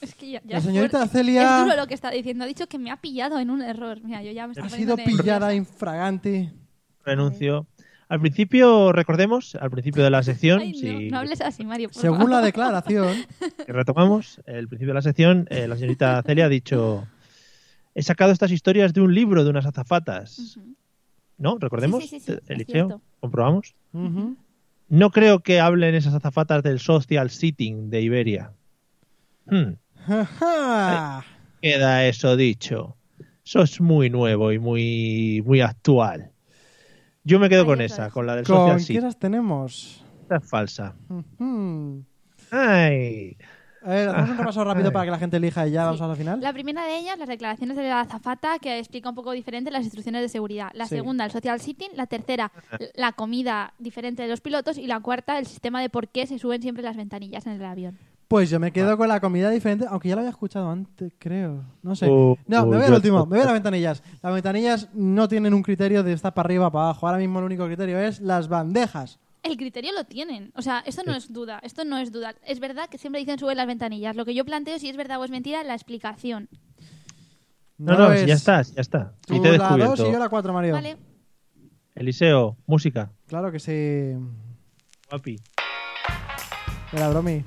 es que ya, ya
la
es
señorita
fuerte.
Celia
Es duro lo que está diciendo. Ha dicho que me ha pillado en un error. Mira, yo ya me estoy
ha sido
poniendo
pillada
nerviosa.
infraganti.
renuncio. Al principio, recordemos, al principio de la sección,
Ay, no,
si
no hables así, Mario. por
Según
favor.
la declaración,
si retomamos el principio de la sección, eh, la señorita Celia ha dicho: He sacado estas historias de un libro de unas azafatas.
Ujú.
¿No? ¿Recordemos?
Sí, sí, sí, sí, es
Eliseo,
cierto.
comprobamos.
ujú,
No creo que hablen esas azafatas del social sitting de Iberia. Hmm,
ajá,
queda eso dicho. Sos muy nuevo y muy, muy actual. Yo me quedo
Ay,
con
otra
esa,
vez.
con la del
¿con
social sitting.
quiénes tenemos?
Esa es falsa.
Ujú.
Ay.
A ver, hacemos un repaso rápido
Ay.
para que la gente elija y ya vamos
Sí.
a la final.
La primera de ellas, las declaraciones de la azafata, que explica un poco diferente las instrucciones de seguridad. La
Sí.
segunda, el social sitting. La tercera, la comida diferente de los pilotos. Y la cuarta, el sistema de por qué se suben siempre las ventanillas en el avión.
Pues yo me quedo con la comida diferente, aunque ya lo había escuchado antes, creo. No sé.
Oh,
no,
oh,
me
yo-
voy al último, me voy a las ventanillas. Las ventanillas no tienen un criterio de estar para arriba o para abajo. Ahora mismo el único criterio es las bandejas.
El criterio lo tienen. O sea, esto no es duda. Esto no es duda. Es verdad que siempre dicen sube las ventanillas. Lo que yo planteo, si es verdad o es mentira, la explicación.
No, no,
es-
si ya está, si ya está. Si
Tú
te he
la 2
descubierto.
y yo la 4, Mario.
¿Vale?
Eliseo, música.
Claro que sí.
Guapi.
Era bromi.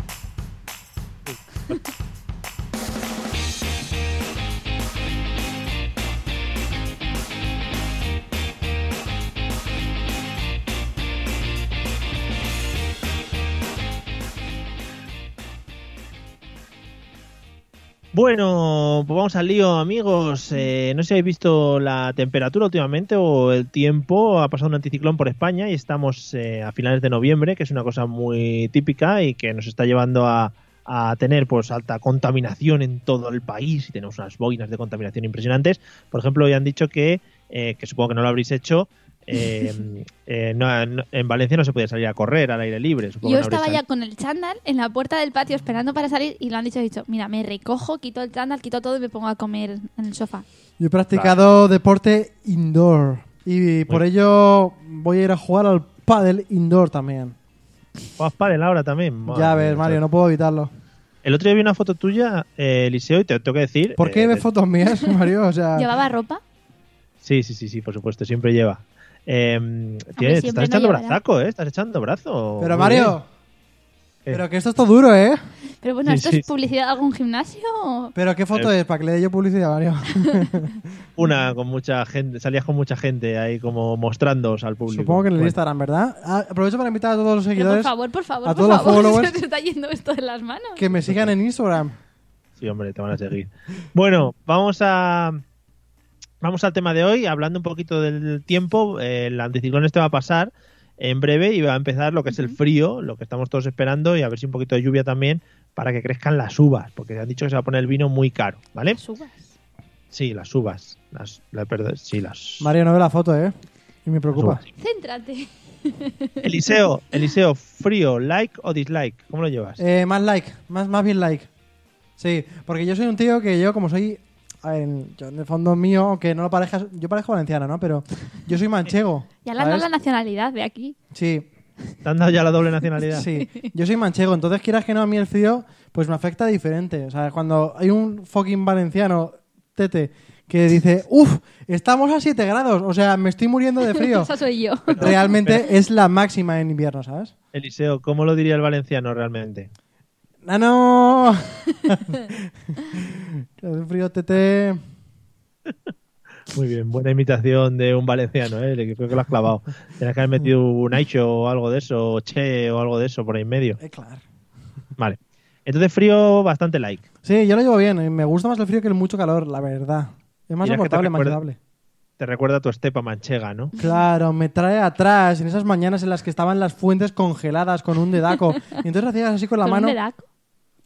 Bueno, pues vamos al lío, amigos. Eh, no sé si habéis visto la temperatura últimamente o el tiempo. Ha pasado un anticiclón por España y estamos eh, a finales de noviembre, que es una cosa muy típica y que nos está llevando a, a tener pues alta contaminación en todo el país. Y tenemos unas boinas de contaminación impresionantes. Por ejemplo, hoy han dicho que, eh, que supongo que no lo habréis hecho, eh, eh, no- no- en Valencia no se podía salir a correr al aire libre. supongo que
Yo
no habréis
estaba ya
salido.
con el chándal en la puerta del patio esperando para salir y lo han dicho, he dicho, mira, me recojo, quito el chándal, quito todo y me pongo a comer en el sofá.
Yo he practicado deporte indoor. Y por ello voy a ir a jugar al pádel indoor también.
Juegas pádel Pues ahora también. madre
ya
mía,
ves, Mario, no puedo evitarlo.
El otro día vi una foto tuya, eh, Eliseo, y te tengo que decir.
¿Por qué
eh,
ves fotos mías, Mario? O sea,
¿Llevaba ropa?
Sí, sí, sí, sí, por supuesto, siempre lleva. Eh, tiene- te
siempre
estás
no
echando
llevará.
brazaco, ¿eh? Estás echando brazo.
pero
Muy bien.
Mario,
¿Qué?
pero que esto está duro, ¿eh?
Pero bueno,
Sí,
¿esto
sí,
es
sí.
publicidad de algún gimnasio? o-
Pero qué foto
Eh.
es, para que le dé yo publicidad, Mario.
Una con mucha gente, salías con mucha gente ahí como mostrándoos al público.
Supongo que en el
Bueno,
Instagram, ¿verdad? Ah, aprovecho para invitar a todos los
Pero por
seguidores
favor, por favor,
a
por
todos los
favor, se
followers.
te está yendo esto de las manos.
que me sigan en Instagram.
Sí, hombre, te van a seguir. Bueno, vamos a vamos al tema de hoy, hablando un poquito del tiempo. eh, el anticiclón este va a pasar en breve y va a empezar lo que es el frío, lo que estamos todos esperando y a ver si un poquito de lluvia también para que crezcan las uvas, porque han dicho que se va a poner el vino muy caro, ¿vale?
Subas.
Sí, las uvas. Las, la- perdón, sí, las.
Mario, no ve la foto, ¿eh? Y me preocupa.
Céntrate.
Eliseo, Eliseo, frío, like o dislike, ¿cómo lo llevas?
Eh, más like, más, más bien like. Sí, porque yo soy un tío que yo, como soy. A ver, yo en el fondo mío, aunque no lo parezca. Yo parezco valenciano, ¿no? Pero yo soy manchego.
Ya le han dado
¿sabes?
la nacionalidad de aquí.
Sí,
¿Te han dado ya la doble nacionalidad?
sí. Yo soy manchego, entonces quieras que no, a mí el frío, pues me afecta diferente. O sea, cuando hay un fucking valenciano, tete, que dice, uff, estamos a 7 grados, o sea, me estoy muriendo de frío.
Esa soy yo.
Realmente es la máxima en invierno, ¿sabes?
Eliseo, ¿cómo lo diría el valenciano realmente?
¡Ah, no! Hace frío, tete.
Muy bien, buena imitación de un valenciano, ¿eh? Le- creo que lo has clavado. Tienes que haber metido un aicho o algo de eso, o che o algo de eso por ahí en medio.
Eh, claro.
Vale. Entonces frío, bastante like.
Sí, yo lo llevo bien. y Me gusta más el frío que el mucho calor, la verdad. Es más
Mira, que te
soportable, más
recuerda-
llevable.
Te recuerda a tu estepa manchega, ¿no?
Claro, me trae atrás en esas mañanas en las que estaban las fuentes congeladas con un dedaco. Y entonces hacías así con la
Con un
mano.
dedaco. Ah.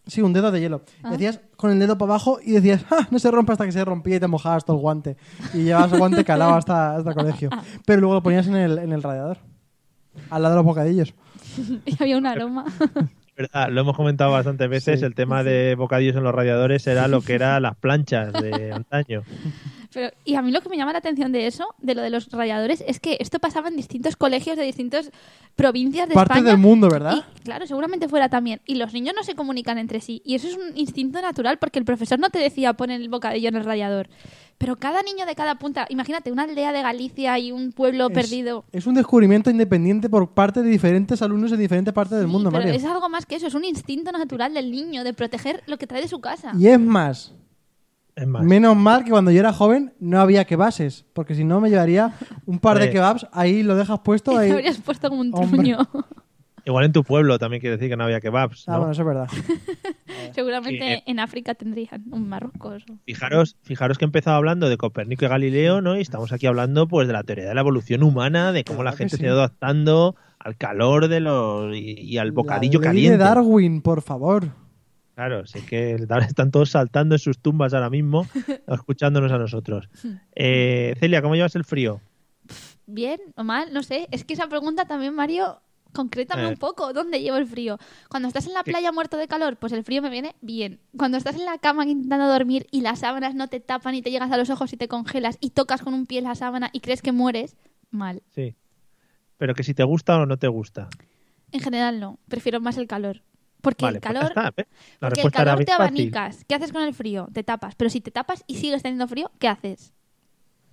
Sí, un dedo de hielo. Y hacías con el dedo para abajo y decías, ¡ah! No se rompa hasta que se rompía y te mojabas todo el guante. Y llevabas el guante calado hasta, hasta el colegio. Pero luego lo ponías en el, en el radiador. Al lado de los bocadillos.
Y había un aroma.
¿Verdad? Lo hemos comentado bastantes veces,
Sí.
el tema de bocadillos en los radiadores era lo que eran las planchas de antaño.
Pero, y a mí lo que me llama la atención de eso, de lo de los radiadores, es que esto pasaba en distintos colegios de distintas provincias de
Parte
España.
del mundo, ¿verdad?
Y, claro, seguramente fuera también. Y los niños no se comunican entre sí. Y eso es un instinto natural porque el profesor no te decía poner el bocadillo en el radiador. Pero cada niño de cada punta, imagínate una aldea de Galicia y un pueblo
Es-
perdido.
Es, un descubrimiento independiente por parte de diferentes alumnos de diferentes partes del
Sí,
mundo,
pero
Mario.
es algo más que eso, es un instinto natural del niño de proteger lo que trae de su casa.
Y es más,
Es más,
menos mal que cuando yo era joven no había kebases, porque si no me llevaría un par de
Eh.
kebabs, ahí lo dejas puesto,
Y
ahí...
te habrías puesto como un
Hombre.
truño.
igual en tu pueblo también quiere decir que no había kebabs.
Ah,
¿no?
bueno, eso es verdad.
Seguramente
Eh,
en África tendrían un marrocos. o-
Fijaros, fijaros que he empezado hablando de Copérnico y Galileo, ¿no? Y estamos aquí hablando pues de la teoría de la evolución humana, de cómo la
Claro que
gente
sí.
se ha ido adaptando al calor de los y, y al bocadillo
La ley
caliente.
de Darwin, por favor.
Claro, sí que el- ahora están todos saltando en sus tumbas ahora mismo, escuchándonos a nosotros. Eh, Celia, ¿cómo llevas el frío?
bien o mal, no sé. Es que esa pregunta también, Mario, concrétame
Eh.
un poco. ¿Dónde llevo el frío? Cuando estás en la
Sí.
playa muerto de calor, pues el frío me viene bien. Cuando estás en la cama intentando dormir y las sábanas no te tapan y te llegas a los ojos y te congelas y tocas con un pie la sábana y crees que mueres, mal.
Sí. Pero que si te gusta o no te gusta.
En general no, prefiero más el calor. Porque
vale,
el
pues ya
calor,
está, ¿ves? La
porque el
respuesta era
calor
bien
te
fácil.
abanicas. ¿Qué haces con el frío? Te tapas. Pero si te tapas y sigues teniendo frío, ¿qué haces?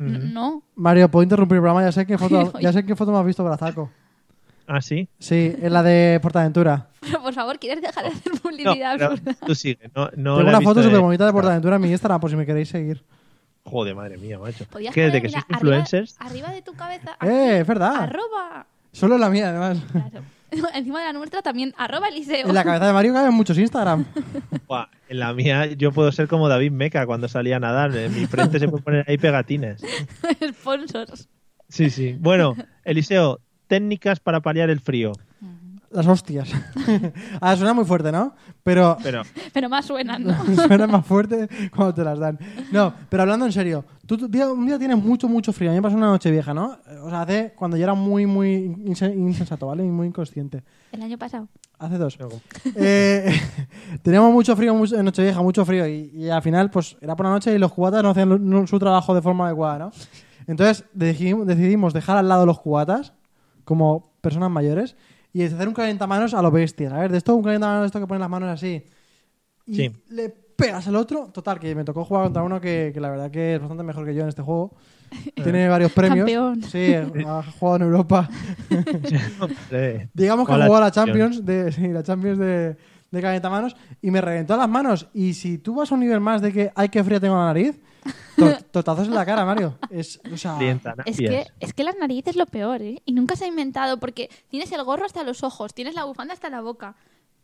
Ujú.
N- No.
Mario, puedo interrumpir el programa, ya sé qué foto, ya sé qué foto me has visto, Brazaco.
Ah, sí.
Sí, es la de Portaventura.
Pero por favor, ¿quieres dejar de hacer
Oh. No,
publicidad
pero
absurda?
tú sigue. No, no
Tengo
la he visto
una
eh.
foto
de-
súper bonita de Portaventura en mi Instagram, por si me queréis seguir.
Joder, madre mía, macho.
Podías
Que desde
poner,
que
mira,
sois
arriba-
influencers.
Arriba, de tu cabeza.
Eh, es verdad.
Arroba.
Solo la mía, además.
Claro. Encima de la nuestra también. Arroba Eliseo.
En la cabeza de Mario caben muchos Instagram.
Buah, en la mía yo puedo ser como David Meca cuando salía a nadar. En mi frente se pueden poner ahí pegatinas.
Sponsors.
Sí, sí. Bueno, Eliseo, técnicas para paliar el frío.
Las hostias. ah, suena muy fuerte, ¿no? Pero
Pero
Pero más suenan, ¿no?
suena más fuerte cuando te las dan. No, pero hablando en serio, Tú tu día- un día tienes mucho, mucho frío. A mí me pasó una noche vieja, ¿no? O sea, hace cuando yo era muy, muy inse- insensato, ¿vale? Y muy inconsciente.
El año pasado.
Hace dos. Eh, teníamos mucho frío mucho, en Nochevieja, mucho frío. Y, y al final, pues era por la noche y los cubatas no hacían lo- no- su trabajo de forma adecuada, ¿no? Entonces decidimos, decidimos dejar al lado los cubatas como personas mayores y hacer un calentamanos a lo bestia. A ver, de esto, un calentamanos de esto que ponen las manos así. Y
Sí.
le pegas al otro. Total, que me tocó jugar contra uno que, que la verdad que es bastante mejor que yo en este juego. Tiene varios premios.
Campeón.
Sí, ha jugado en Europa.
Eh,
Digamos que
Hola,
jugó a la
Champions.
Champions de, sí, la Champions de, de calentamanos y me reventó las manos. Y si tú vas a un nivel más de que ay que fría tengo la nariz, to- totazos en la cara, Mario. Es, o sea,
Clientanapias.
Es que, es que las narices es lo peor, ¿eh? Y nunca se ha inventado porque tienes el gorro hasta los ojos, tienes la bufanda hasta la boca,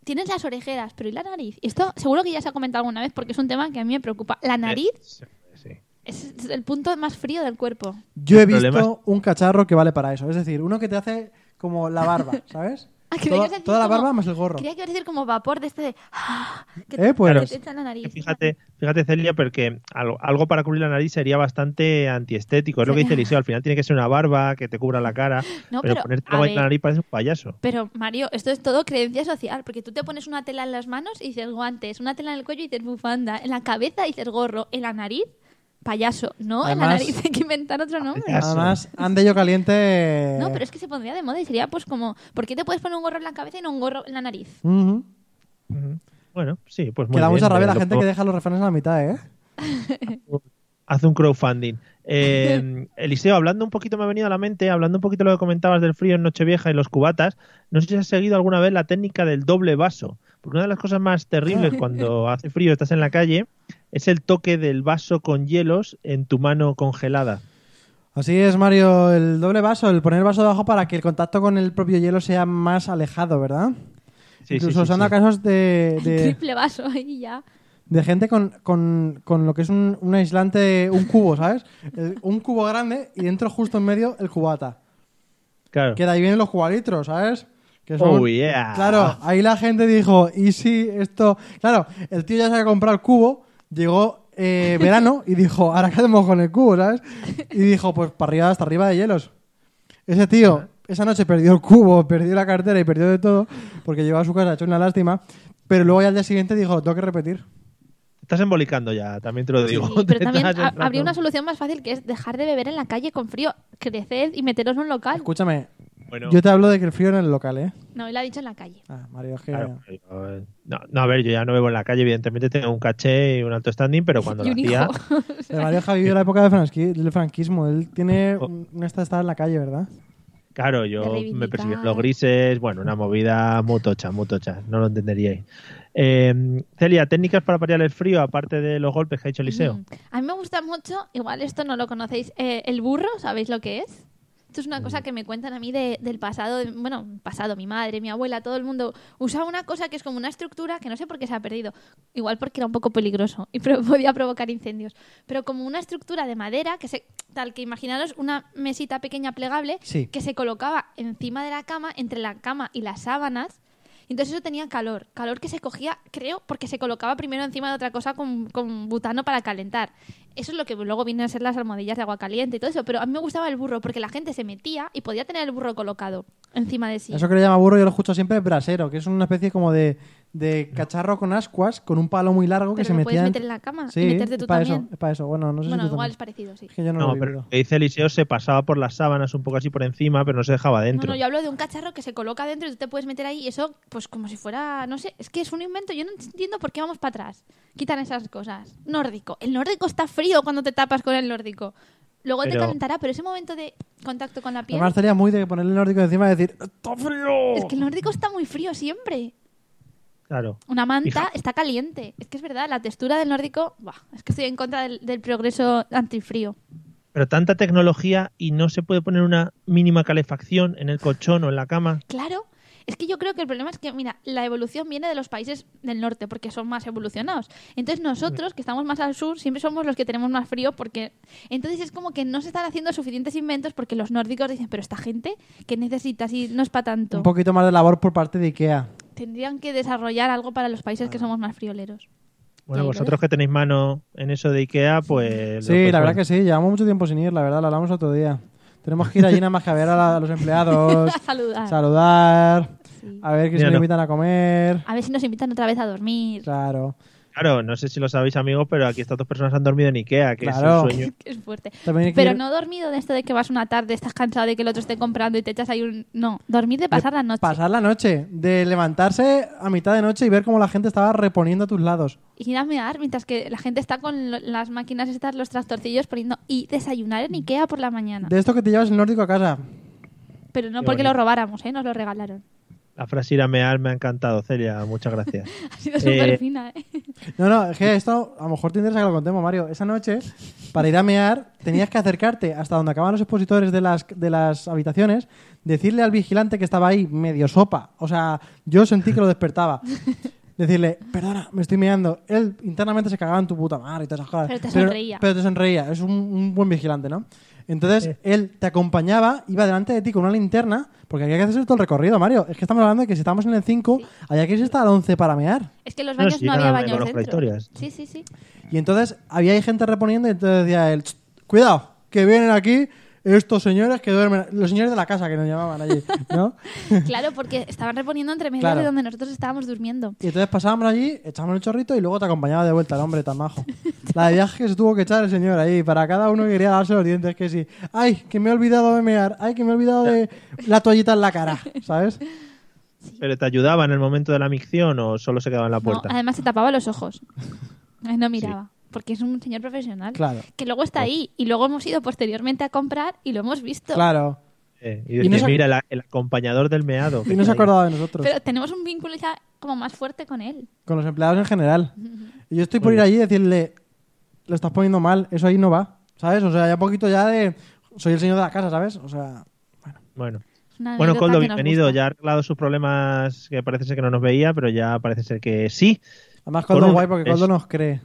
tienes las orejeras, pero ¿y la nariz? Y Esto seguro que ya se ha comentado alguna vez porque es un tema que a mí me preocupa.
Eh.
La nariz
Sí, sí.
es es el punto más frío del cuerpo.
yo he
El problema
visto un cacharro que vale para eso. Es decir, uno que te hace como la barba, ¿sabes?
Ah,
toda
creía que ibas a decir
toda la
como-
barba más el gorro.
Creía que ibas a decir como vapor de este de... ah, que
Eh, pues.
te- que te echa en la nariz.
Que Fíjate, fíjate Celia, porque al- algo para cubrir la nariz sería bastante antiestético. Es lo que dice Eliseo, al final tiene que ser una barba que te cubra la cara,
No,
pero,
pero,
ponerte
a
algo en la
ver.
nariz parece un payaso.
Pero Mario, esto es todo creencia social, porque tú te pones una tela en las manos y dices guantes, una tela en el cuello y dices bufanda, en la cabeza dices gorro, en la nariz payaso, no, en la
Además- eh,
nariz hay que inventar otro nombre.
Payaso.
Además, ande yo caliente.
No, pero es que se pondría de moda y sería pues como, ¿por qué te puedes poner un gorro en la cabeza y no un gorro en la nariz?
Ujú.
Ujú. Bueno, sí, pues muy
Que da
bien,
mucha rabia
eh,
la
lo
gente
puedo-
que deja los refranes a la mitad, ¿eh?
Hace un crowdfunding. Eh, Eliseo, hablando un poquito, me ha venido a la mente, hablando un poquito de lo que comentabas del frío en Nochevieja y los cubatas, no sé si has seguido alguna vez la técnica del doble vaso. Porque una de las cosas más terribles cuando hace frío, estás en la calle, es el toque del vaso con hielos en tu mano congelada.
Así es, Mario, el doble vaso, el poner el vaso debajo para que el contacto con el propio hielo sea más alejado, ¿verdad?
Sí, sí,
Incluso
sí,
usando
sí.
casos de, de,
Triple vaso y ya.
de gente con, con- con lo que es un, un aislante, un cubo, ¿sabes? El- un cubo grande y dentro justo en medio el cubata.
Claro.
Que de ahí vienen los cubalitros, ¿sabes? Que son-
Oh, yeah.
Claro, ahí la gente dijo, ¿y si esto...? Claro, el tío ya se había comprado el cubo, llegó eh, verano y dijo, ¿ahora qué hacemos con el cubo, sabes? Y dijo, pues para arriba, hasta arriba de hielos. Ese tío, esa noche perdió el cubo, perdió la cartera y perdió de todo, porque llegó a su casa hecho una lástima, pero luego ya al día siguiente dijo, tengo que repetir.
Estás embolicando ya, también te lo digo.
Sí, pero
Te
también
estás
ha-
entrando.
habría una solución más fácil que es dejar de beber en la calle con frío, creced y meteros en un local.
Escúchame,
Bueno,
yo te hablo de que el frío era en el local, ¿eh?
No, él ha dicho en la calle.
Ah, Mario, es que...
claro, pero, eh, no, no, a ver, yo ya no bebo en la calle, evidentemente tengo un caché y un alto standing, pero cuando
y
lo
un
hacía,
hijo.
El Mario ha vivido la época del franqui- del franquismo, él tiene
Oh.
un- una estada en la calle, ¿verdad?
claro,
De
yo
reivindicar.
me persiguieron los grises, bueno, una movida muy tocha, muy tocha, no lo entenderíais. Eh, Celia, técnicas para paliar el frío, aparte de los golpes que ha hecho Eliseo.
Mm. A mí me gusta mucho, igual esto no lo conocéis, eh, el burro, ¿sabéis lo que es? Esto es una cosa que me cuentan a mí de- del pasado, de- bueno, pasado, mi madre, mi abuela, todo el mundo usaba una cosa que es como una estructura que no sé por qué se ha perdido, igual porque era un poco peligroso y pro- podía provocar incendios, pero como una estructura de madera que se, tal que imaginaros una mesita pequeña plegable
Sí.
que se colocaba encima de la cama, entre la cama y las sábanas, entonces eso tenía calor, calor que se cogía, creo, porque se colocaba primero encima de otra cosa con, con butano para calentar. Eso es lo que luego vienen a ser las almohadillas de agua caliente y todo eso, pero a mí me gustaba el burro porque la gente se metía y podía tener el burro colocado encima de sí.
Eso que le llama burro, yo lo escucho siempre, brasero, que es una especie como de, de cacharro con ascuas, con un palo muy largo que
Pero
se
lo
metía.
puedes meter en la cama y
Sí,
meterte tú
es para
también.
Eso, es para eso, bueno, no sé
bueno,
si tú
igual es
también.
parecido, sí.
Es que yo no,
No,
lo he
pero lo
vivido.
que dice Eliseo se pasaba por las sábanas un poco así por encima, pero no se dejaba
No,
dentro.
no, yo hablo de un cacharro que se coloca dentro y tú te puedes meter ahí y eso, pues como si fuera, no sé, es que es un invento, yo no entiendo por qué vamos para atrás. Quitan esas cosas. Nórdico. El nórdico está frío cuando te tapas con el nórdico. Luego te
Pero-
calentará, pero ese momento de contacto con la piel...
Además, estaría muy de ponerle el nórdico encima y decir, ¡está
Es
frío!
que el nórdico está muy frío siempre.
Claro.
Una manta
Fija-
está caliente. Es que es verdad, la textura del nórdico... Buah, es que estoy en contra del, del progreso antifrío.
Pero tanta tecnología y no se puede poner una mínima calefacción en el colchón o en la cama.
Claro. Es que yo creo que el problema es que, mira, la evolución viene de los países del norte porque son más evolucionados. Entonces nosotros, que estamos más al sur, siempre somos los que tenemos más frío porque... Entonces es como que no se están haciendo suficientes inventos porque los nórdicos dicen, pero esta gente que necesita, si no es para tanto.
Un poquito más de labor por parte de Ikea.
Tendrían que desarrollar algo para los países que somos más frioleros.
Bueno,
Ahí lo
vosotros que tenéis mano en eso de Ikea, pues...
Sí, la verdad que sí, llevamos mucho tiempo sin ir, la verdad, lo hablamos otro día. Tenemos que ir allí nada más que a ver a, la- a los empleados,
A saludar.
saludar,
Sí.
a ver que se
Mira,
nos
no.
invitan a comer.
A ver si nos invitan otra vez a dormir.
Claro.
Claro, no sé si lo sabéis, amigos, pero aquí estas dos personas han dormido en Ikea, que
Claro.
es un sueño.
Que es fuerte.
También hay que
Pero
ir
no dormido de esto de que vas una tarde, estás cansado de que el otro esté comprando y te echas ahí un... No, dormir de pasar la noche.
pasar la noche, de levantarse a mitad de noche y ver cómo la gente estaba reponiendo a tus lados.
Ir a mear mientras que la gente está con lo- las máquinas estas, los tractorcillos poniendo... Y desayunar en Ikea por la mañana.
De esto que te llevas el nórdico a casa.
Pero no
Qué
porque
bonito.
lo robáramos, ¿eh? Nos lo regalaron.
La frase ir a mear me ha encantado, Celia, muchas gracias.
Ha sido súper
Eh,
fina, ¿eh?
No, no, es que esto a lo mejor te interesa que lo contemos, Mario. Esa noche, para ir a mear, tenías que acercarte hasta donde acababan los expositores de las, de las habitaciones, decirle al vigilante que estaba ahí medio sopa. O sea, yo sentí que lo despertaba. Decirle, perdona, me estoy meando. Él internamente se cagaba en tu puta madre y todas esas cosas.
Pero te sonreía.
Pero te sonreía. Es un, un buen vigilante, ¿no? Entonces, él te acompañaba, iba delante de ti con una linterna, porque había que hacer todo el recorrido, Mario. Es que estamos hablando de que si estamos en el 5, había que irse hasta el 11 para mear.
Es que en los
No,
baños no,
sí,
había
nada, me
baños
conozco
dentro.
las historias.
Sí, sí, sí.
Y entonces había ahí gente reponiendo y entonces decía él, "Ch, cuidado, que vienen aquí estos señores que duermen, los señores de la casa que nos llamaban allí, ¿no?
Claro, porque estaban reponiendo entre medias
Claro.
de donde nosotros estábamos durmiendo.
Y entonces pasábamos allí, echábamos el chorrito y luego te acompañaba de vuelta el hombre tan majo. La de viaje que se tuvo que echar el señor ahí, para cada uno que quería darse los dientes, que sí, ay, que me he olvidado de mear, ay, que me he olvidado de la toallita en la cara, ¿sabes?
¿Pero te ayudaba en el momento de la micción o solo se quedaba en la
No,
puerta?
además se tapaba los ojos. Eh, No miraba. Porque es un señor profesional.
Claro.
Que luego está ahí. Y luego hemos ido posteriormente a comprar y lo hemos visto.
Claro.
Eh, y
Y
decir,
no se-
mira, la- el acompañador del meado. que
Y no se
está ahí.
acordaba de nosotros.
Pero tenemos un vínculo ya como más fuerte con él.
Con los empleados en general. Y yo estoy por ir allí y decirle, lo estás poniendo mal, eso ahí no va, ¿sabes? O sea, ya poquito ya de, soy el señor de la casa, ¿sabes? O sea,
Bueno,
Es una
bueno
anécdota
Coldo,
que nos
bienvenido.
gusta.
Ya ha arreglado sus problemas que parece ser que no nos veía, pero ya parece ser que sí.
además
Con
Coldo es
un-
guay porque Coldo
es-
nos cree.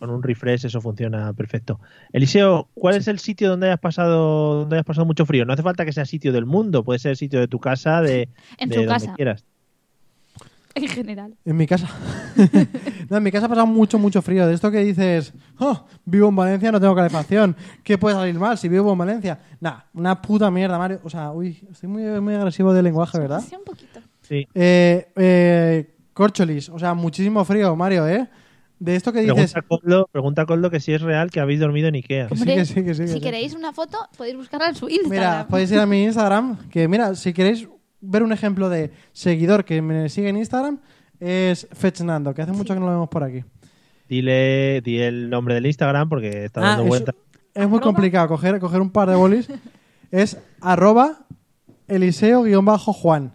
Con un refresh eso funciona perfecto. Eliseo, ¿cuál es el sitio donde hayas pasado donde hayas pasado mucho frío? No hace falta que sea sitio del mundo, puede ser sitio de tu casa, de,
En
de
tu
donde
casa.
quieras.
En general.
En mi casa. no, en mi casa ha pasado mucho, mucho frío. De esto que dices, oh, vivo en Valencia, no tengo calefacción. ¿Qué puede salir mal si vivo en Valencia? Nah, una puta mierda, Mario. O sea, uy, estoy muy, muy agresivo de lenguaje, ¿verdad?
Sí, un poquito.
Sí.
Eh, eh, Corcholis, o sea, muchísimo frío, Mario, ¿eh? De esto que dices...
Pregunta a, Coldo, pregunta a Coldo que si es real que habéis dormido en Ikea.
Que sí,
Hombre,
que sí, que sí, que
si
sí.
queréis una foto, podéis buscarla en su Instagram.
Mira, podéis ir a mi Instagram, que mira, si queréis ver un ejemplo de seguidor que me sigue en Instagram, es Fechnando, que hace mucho que no lo vemos por aquí.
Dile, di el nombre del Instagram porque está
Ah,
dando
es-
vueltas.
Es muy
Arroba.
complicado coger, coger un par de bolis. es arroba eliseo-juan.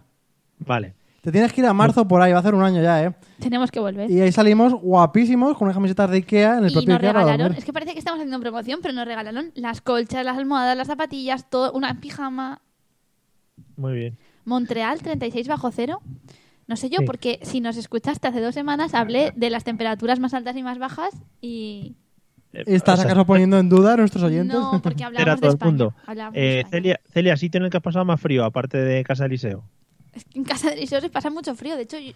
Vale.
Te tienes que ir a marzo por ahí, va a hacer un año ya, ¿eh?
Tenemos que volver.
Y ahí salimos guapísimos con unas camisetas de Ikea en el
y
propio
nos
Ikea para
regalaron,
dormir.
es que parece que estamos haciendo promoción, pero nos regalaron las colchas, las almohadas, las zapatillas, todo, una pijama.
Muy bien.
Montreal, 36 bajo cero. No sé yo,
Sí.
porque si nos escuchaste hace dos semanas, hablé de las temperaturas más altas y más bajas y...
Eh,
¿Estás
o sea,
acaso poniendo en duda a nuestros oyentes?
No, porque
Era
hablamos de
todo el
España.
mundo.
hablamos de
eh,
España.
Celia, Celia, sitio en el que has pasado más frío, aparte de Casa de Eliseo.
Es que en casa de Isos se pasa mucho frío. De hecho, yo-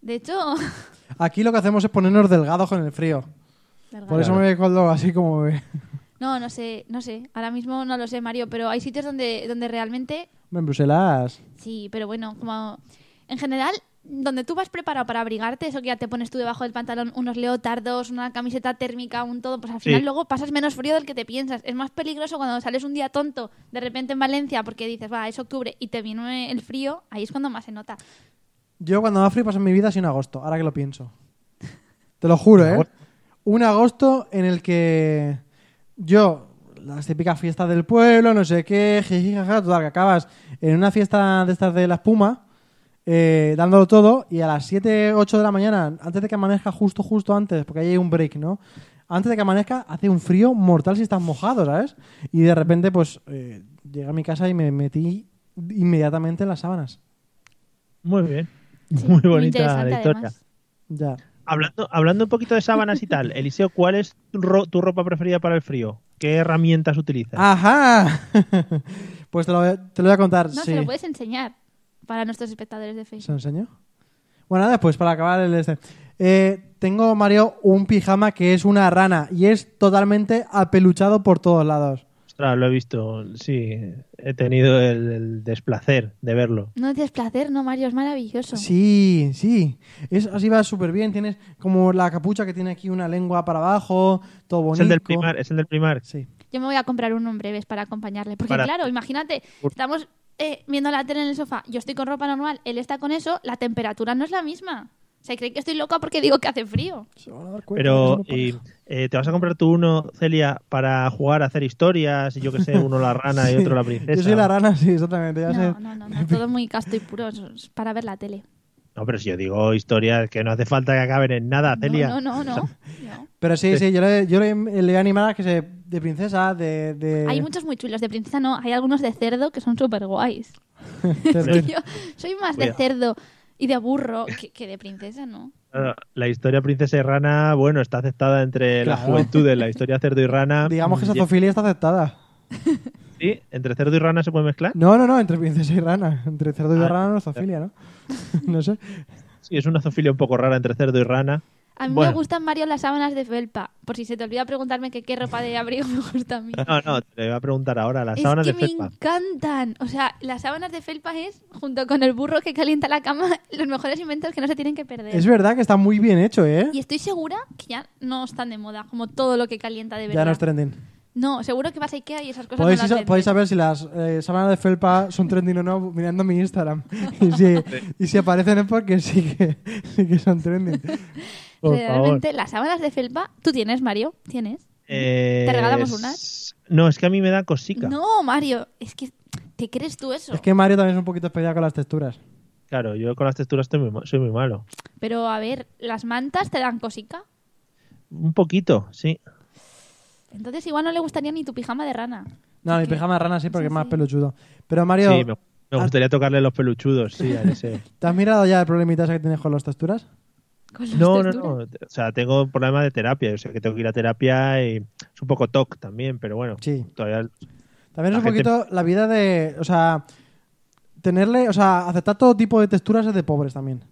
de hecho...
Aquí lo que hacemos es ponernos delgados con el frío. Por eso me ve Coldo así como me,
No, no sé, no sé. Ahora mismo no lo sé, Mario, pero hay sitios donde, donde realmente...
me en Bruselas.
Sí, pero bueno, como... En general, donde tú vas preparado para abrigarte, eso que ya te pones tú debajo del pantalón, unos leotardos, una camiseta térmica, un todo, pues al
Sí.
final luego pasas menos frío del que te piensas. Es más peligroso cuando sales un día tonto de repente en Valencia porque dices, va, es octubre y te viene el frío, ahí es cuando más se nota.
Yo cuando más frío pasa en mi vida ha sido en agosto, ahora que lo pienso. Te lo juro, ¿eh?
Agosto.
Un agosto en el que yo, las típicas fiestas del pueblo, no sé qué, jiji, jaja, total, que acabas en una fiesta de estas de la espuma, eh, dándolo todo, y a las 7, 8 de la mañana, antes de que amanezca, justo, justo antes, porque ahí hay un break, ¿no? Antes de que amanezca, hace un frío mortal si estás mojado, ¿sabes? Y de repente, pues, eh, llegué a mi casa y me metí inmediatamente en las sábanas.
Muy bien. muy bonita
interesante,
la historia.
además.
Ya.
Hablando, hablando un poquito de sábanas y tal, Eliseo, ¿cuál es tu, ro- tu ropa preferida para el frío? ¿Qué herramientas utilizas?
Ah. ¡Ajá! pues te lo, voy- te lo voy a contar.
No,
sí.
se lo puedes enseñar para nuestros espectadores de
¿Se
Facebook.
lo enseño? Bueno, nada, después, para pues acabar el este. Eh, tengo, Mario, un pijama que es una rana y es totalmente apeluchado por todos lados.
Ostras, lo he visto, sí. He tenido el, el desplacer de verlo.
No es desplacer, no, Mario, es maravilloso.
Sí, sí. Es, así va súper bien. Tienes como la capucha que tiene aquí una lengua para abajo, todo
Es
bonito.
el del primar, es el del primar.
Sí.
Yo me voy a comprar uno en breves para acompañarle. Porque
Para-
claro, imagínate, estamos eh, viendo la tele en el sofá, yo estoy con ropa normal, él está con eso, la temperatura no es la misma. Se cree que estoy loca porque digo que hace frío.
Se van a dar cuenta que
Pero,
somos pareja.
y, eh, ¿te vas a comprar tú uno, Celia, para jugar a hacer historias? Y yo que sé, uno la rana y otro la princesa.
Yo soy la rana, sí, exactamente. Ya sé.
No, no, no, no, todo muy casto y puro, eso es para ver la tele.
No, pero si yo digo historias que no hace falta que acaben en nada, Celia.
No, no, no, no, no.
Pero sí, sí, yo le, yo le, le voy a animar a que se... De princesa, de... de-
Eh.
Hay muchos muy chulos, de princesa no, hay algunos de cerdo que son súper guays.
de-
Yo soy más de
Eh. Cuidado.
cerdo y de burro que, que de princesa, ¿no?
Claro, La historia princesa y rana, bueno, está aceptada entre la
Claro.
juventud de la historia cerdo y rana.
digamos que esa
Y-
zoofilia está aceptada.
¿Sí? ¿Entre cerdo y rana se puede mezclar?
No, no, no, entre princesa y rana. Entre cerdo y
Ah,
rana no es zoofilia, ¿no? no sé.
Eh.
Sí, es una zoofilia un poco rara entre cerdo y rana.
A mí
Bueno.
me gustan, Mario, las sábanas de felpa. Por si se te olvida preguntarme que qué ropa de abrigo me gusta a mí.
No, no, te voy a preguntar ahora. Las
es
sábanas
que
de
me
felpa.
encantan. O sea, las sábanas de felpa es, junto con el burro que calienta la cama, los mejores inventos que no se tienen que perder.
Es verdad que está muy bien hecho, ¿eh?
y estoy segura que ya no están de moda, como todo lo que calienta de verdad.
Ya no es trending.
No, seguro que vas a Ikea y esas cosas
Podéis,
no las
isa-
venden.
podéis saber si las eh, sábanas de felpa son trending o no mirando mi Instagram. Y si, y si aparecen es porque sí que, sí que son trending.
Por
Realmente, las sábanas de felpa, tú tienes, Mario, tienes.
Eh,
¿Te regalamos
s- No, es que a mí me da cosica.
No, Mario, es que te crees tú eso.
Es que Mario también es un poquito especial con las texturas.
Claro, yo con las texturas estoy muy ma- soy muy malo.
Pero a ver, las mantas te dan cosica.
Un poquito, sí.
Entonces igual no le gustaría ni tu pijama de rana.
No, mi
Ok.
pijama de rana sí porque
Sí,
es más
sí.
peluchudo. Pero Mario,
sí, me, me gustaría tocarle los peluchudos, sí, a ese.
¿te has mirado ya el problemita ese que tienes con las texturas?
Con las
No, no,
texturas.
no. O sea, tengo un problema de terapia. O sea, que tengo que ir a terapia y es un poco toc también, pero bueno.
Sí.
Todavía
También es
La
un
gente-
poquito la vida de, o sea, tenerle, o sea, aceptar todo tipo de texturas es de pobres también.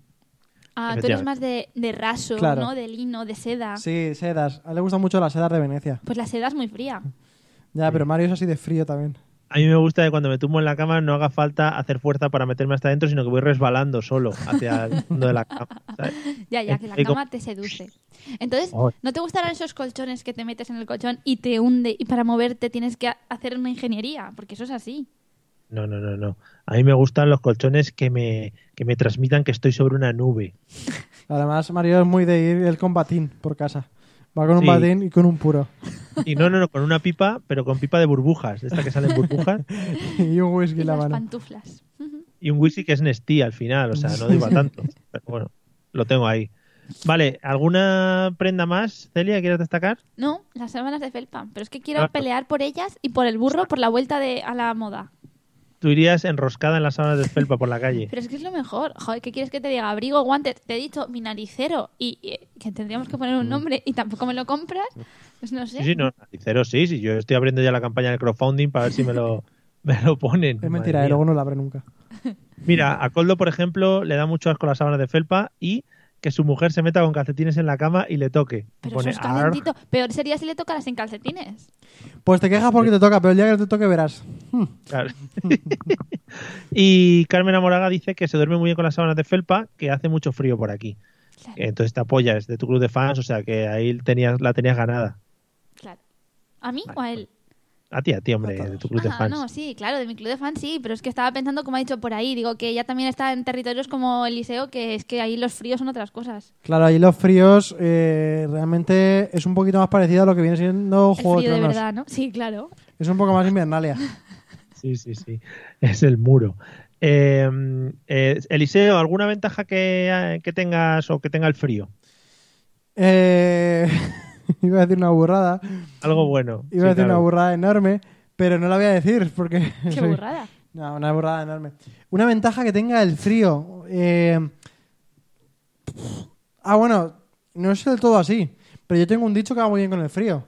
Ah, tú eres
Efectivamente.
más de, de raso,
Claro.
¿no? De lino, de seda.
Sí, sedas. A él le gustan mucho las sedas de Venecia.
Pues la seda es muy fría.
Ya, pero Mario es así de frío también.
A mí me gusta que cuando me tumbo en la cama no haga falta hacer fuerza para meterme hasta adentro, sino que voy resbalando solo hacia el fondo de la cama. ¿sabes?
Ya, ya, que la
Y como-
cama te seduce. Entonces,
Ay.
¿no te gustarán esos colchones que te metes en el colchón y te hunde y para moverte tienes que ha- hacer una ingeniería? Porque eso es así.
No, no, no, no. A mí me gustan los colchones que me, que me transmitan que estoy sobre una nube.
Además, Mario es muy de ir el con batín por casa. Va con un
Sí.
batín y con un puro.
Y no, no, no, con una pipa, pero con pipa de burbujas, de esta que salen burbujas,
y un
Y
whisky en la
las
mano.
pantuflas. Ujú.
y un whisky que es Nestí al final, o sea, no digo tanto. Pero bueno, lo tengo ahí. Vale, ¿alguna prenda más, Celia, quieres destacar?
No, las sábanas de felpa. Pero es que quiero
Claro.
pelear por ellas y por el burro por la vuelta de, a la moda.
Tú irías enroscada en las sábanas de felpa por la calle.
Pero es que es lo mejor. Joder, ¿qué quieres que te diga? Abrigo, guantes. Te he dicho mi naricero y, y que tendríamos que poner un nombre y tampoco me lo compras. Pues no sé.
Mm. Sí, sí, no, cero sí, sí. Yo estoy abriendo ya la campaña del crowdfunding para ver si me lo, me lo ponen.
Es
Madre
mentira, y
mía.
luego no la abre nunca.
Mira, a Coldo, por ejemplo, le da mucho asco las sábanas de felpa y que su mujer se meta con calcetines en la cama y le toque.
Pero
Pone,
eso es
"Arr".
calentito. Peor sería si le tocaras en calcetines.
Pues te quejas porque te toca, pero el día que te toque verás. Hmm.
Claro. y Carmen Amoraga dice que se duerme muy bien con las sábanas de felpa, que hace mucho frío por aquí.
Claro.
Entonces te apoyas de tu club de fans, o sea que ahí tenías, la tenías ganada.
Claro. ¿A mí o a él?
A ti, a ti, hombre,
A todos.
de tu club de
Ah,
fans.
no, sí, claro, de mi club de fans sí, pero es que estaba pensando, como ha dicho por ahí, digo que ella también está en territorios como Eliseo, que es que ahí los fríos son otras cosas.
Claro, ahí los fríos eh, realmente es un poquito más parecido a lo que viene siendo
El
Juego
frío de
Tronos.
verdad, ¿no? Sí, claro.
Es un poco más invernalia.
Sí, sí, sí. Es el muro. Eh, eh, Eliseo, ¿alguna ventaja que, eh, que tengas o que tenga el frío?
Eh, iba a decir una burrada.
Algo bueno.
Iba
Sí,
a decir una
claro.
burrada enorme, pero no la voy a decir porque...
Qué
soy-
burrada.
No, una burrada enorme. Una ventaja que tenga el frío. eh, Ah, bueno, no es del todo así. Pero yo tengo un dicho que va muy bien con el frío.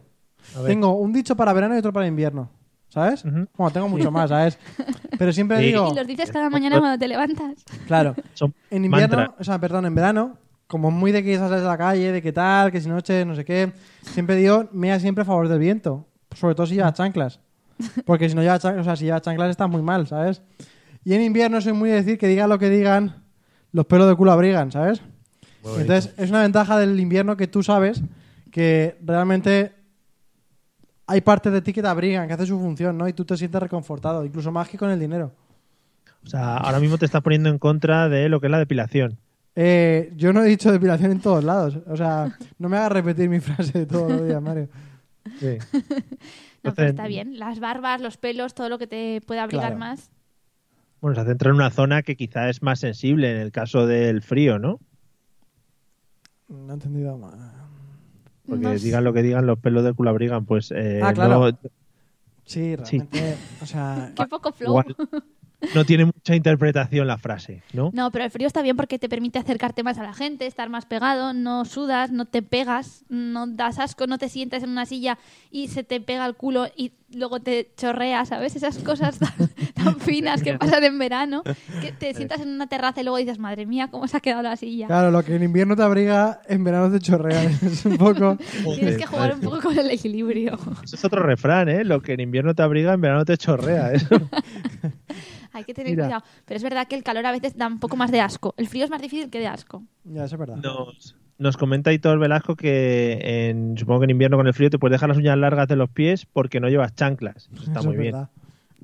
A ver.
Tengo un dicho para verano y otro para invierno. ¿Sabes?
Ujú.
Bueno, tengo mucho más, ¿sabes? Pero siempre
Sí.
digo,
Y los dices cada mañana cuando te levantas.
claro,
Son
en invierno,
mantras.
o sea, perdón, en verano, como muy de que sales a la calle, de qué tal, que si noche, no sé qué, siempre digo, mea siempre a favor del viento. Sobre todo si llevas chanclas. Porque si no llevas chanclas, o sea, si llevas chanclas estás muy mal, ¿sabes? Y en invierno soy muy de decir que digan lo que digan, los pelos de culo abrigan, ¿sabes? Entonces, es una ventaja del invierno que tú sabes que realmente hay partes de ti que te abrigan, que hace su función, ¿no? Y tú te sientes reconfortado, incluso más que con el dinero.
O sea, ahora mismo te estás poniendo en contra de lo que es la depilación.
Eh, yo no he dicho depilación en todos lados. O sea, no me hagas repetir mi frase de todos los días, Mario.
Sí.
No, pero
Entonces-
está bien. Las barbas, los pelos, todo lo que te pueda abrigar
Claro.
más.
Bueno, se centra en una zona que quizá es más sensible en el caso del frío, ¿no?
No he entendido más.
Porque
No sé.
digan lo que digan, los pelos del culo abrigan, pues... eh,
Ah, claro.
no-
Sí, realmente. O sea,
Qué poco flow.
igual no tiene mucha interpretación la frase, ¿no?
No, pero el frío está bien porque te permite acercarte más a la gente, estar más pegado, no sudas, no te pegas, no das asco, no te sientas en una silla y se te pega el culo y luego te chorrea, ¿sabes? Esas cosas tan, tan finas que pasan en verano, que
Eh.
te sientas en una terraza y luego dices, madre mía, cómo se ha quedado la silla.
claro, lo que en invierno te abriga, en verano te chorrea. Es un poco.
Tienes que jugar un poco con el equilibrio.
Eso es otro refrán, ¿eh? Lo que en invierno te abriga, en verano te chorrea. ¿eh? Eso.
Hay que tener
Mira.
cuidado. Pero es verdad que el calor a veces da un poco más de asco. El frío es más difícil que de asco.
Ya, eso es verdad.
Nos, nos comenta Hitor Velasco que en, supongo que en invierno con el frío te puedes dejar las uñas largas de los pies porque no llevas chanclas. Eso está
Eso
muy
es
bien.
verdad.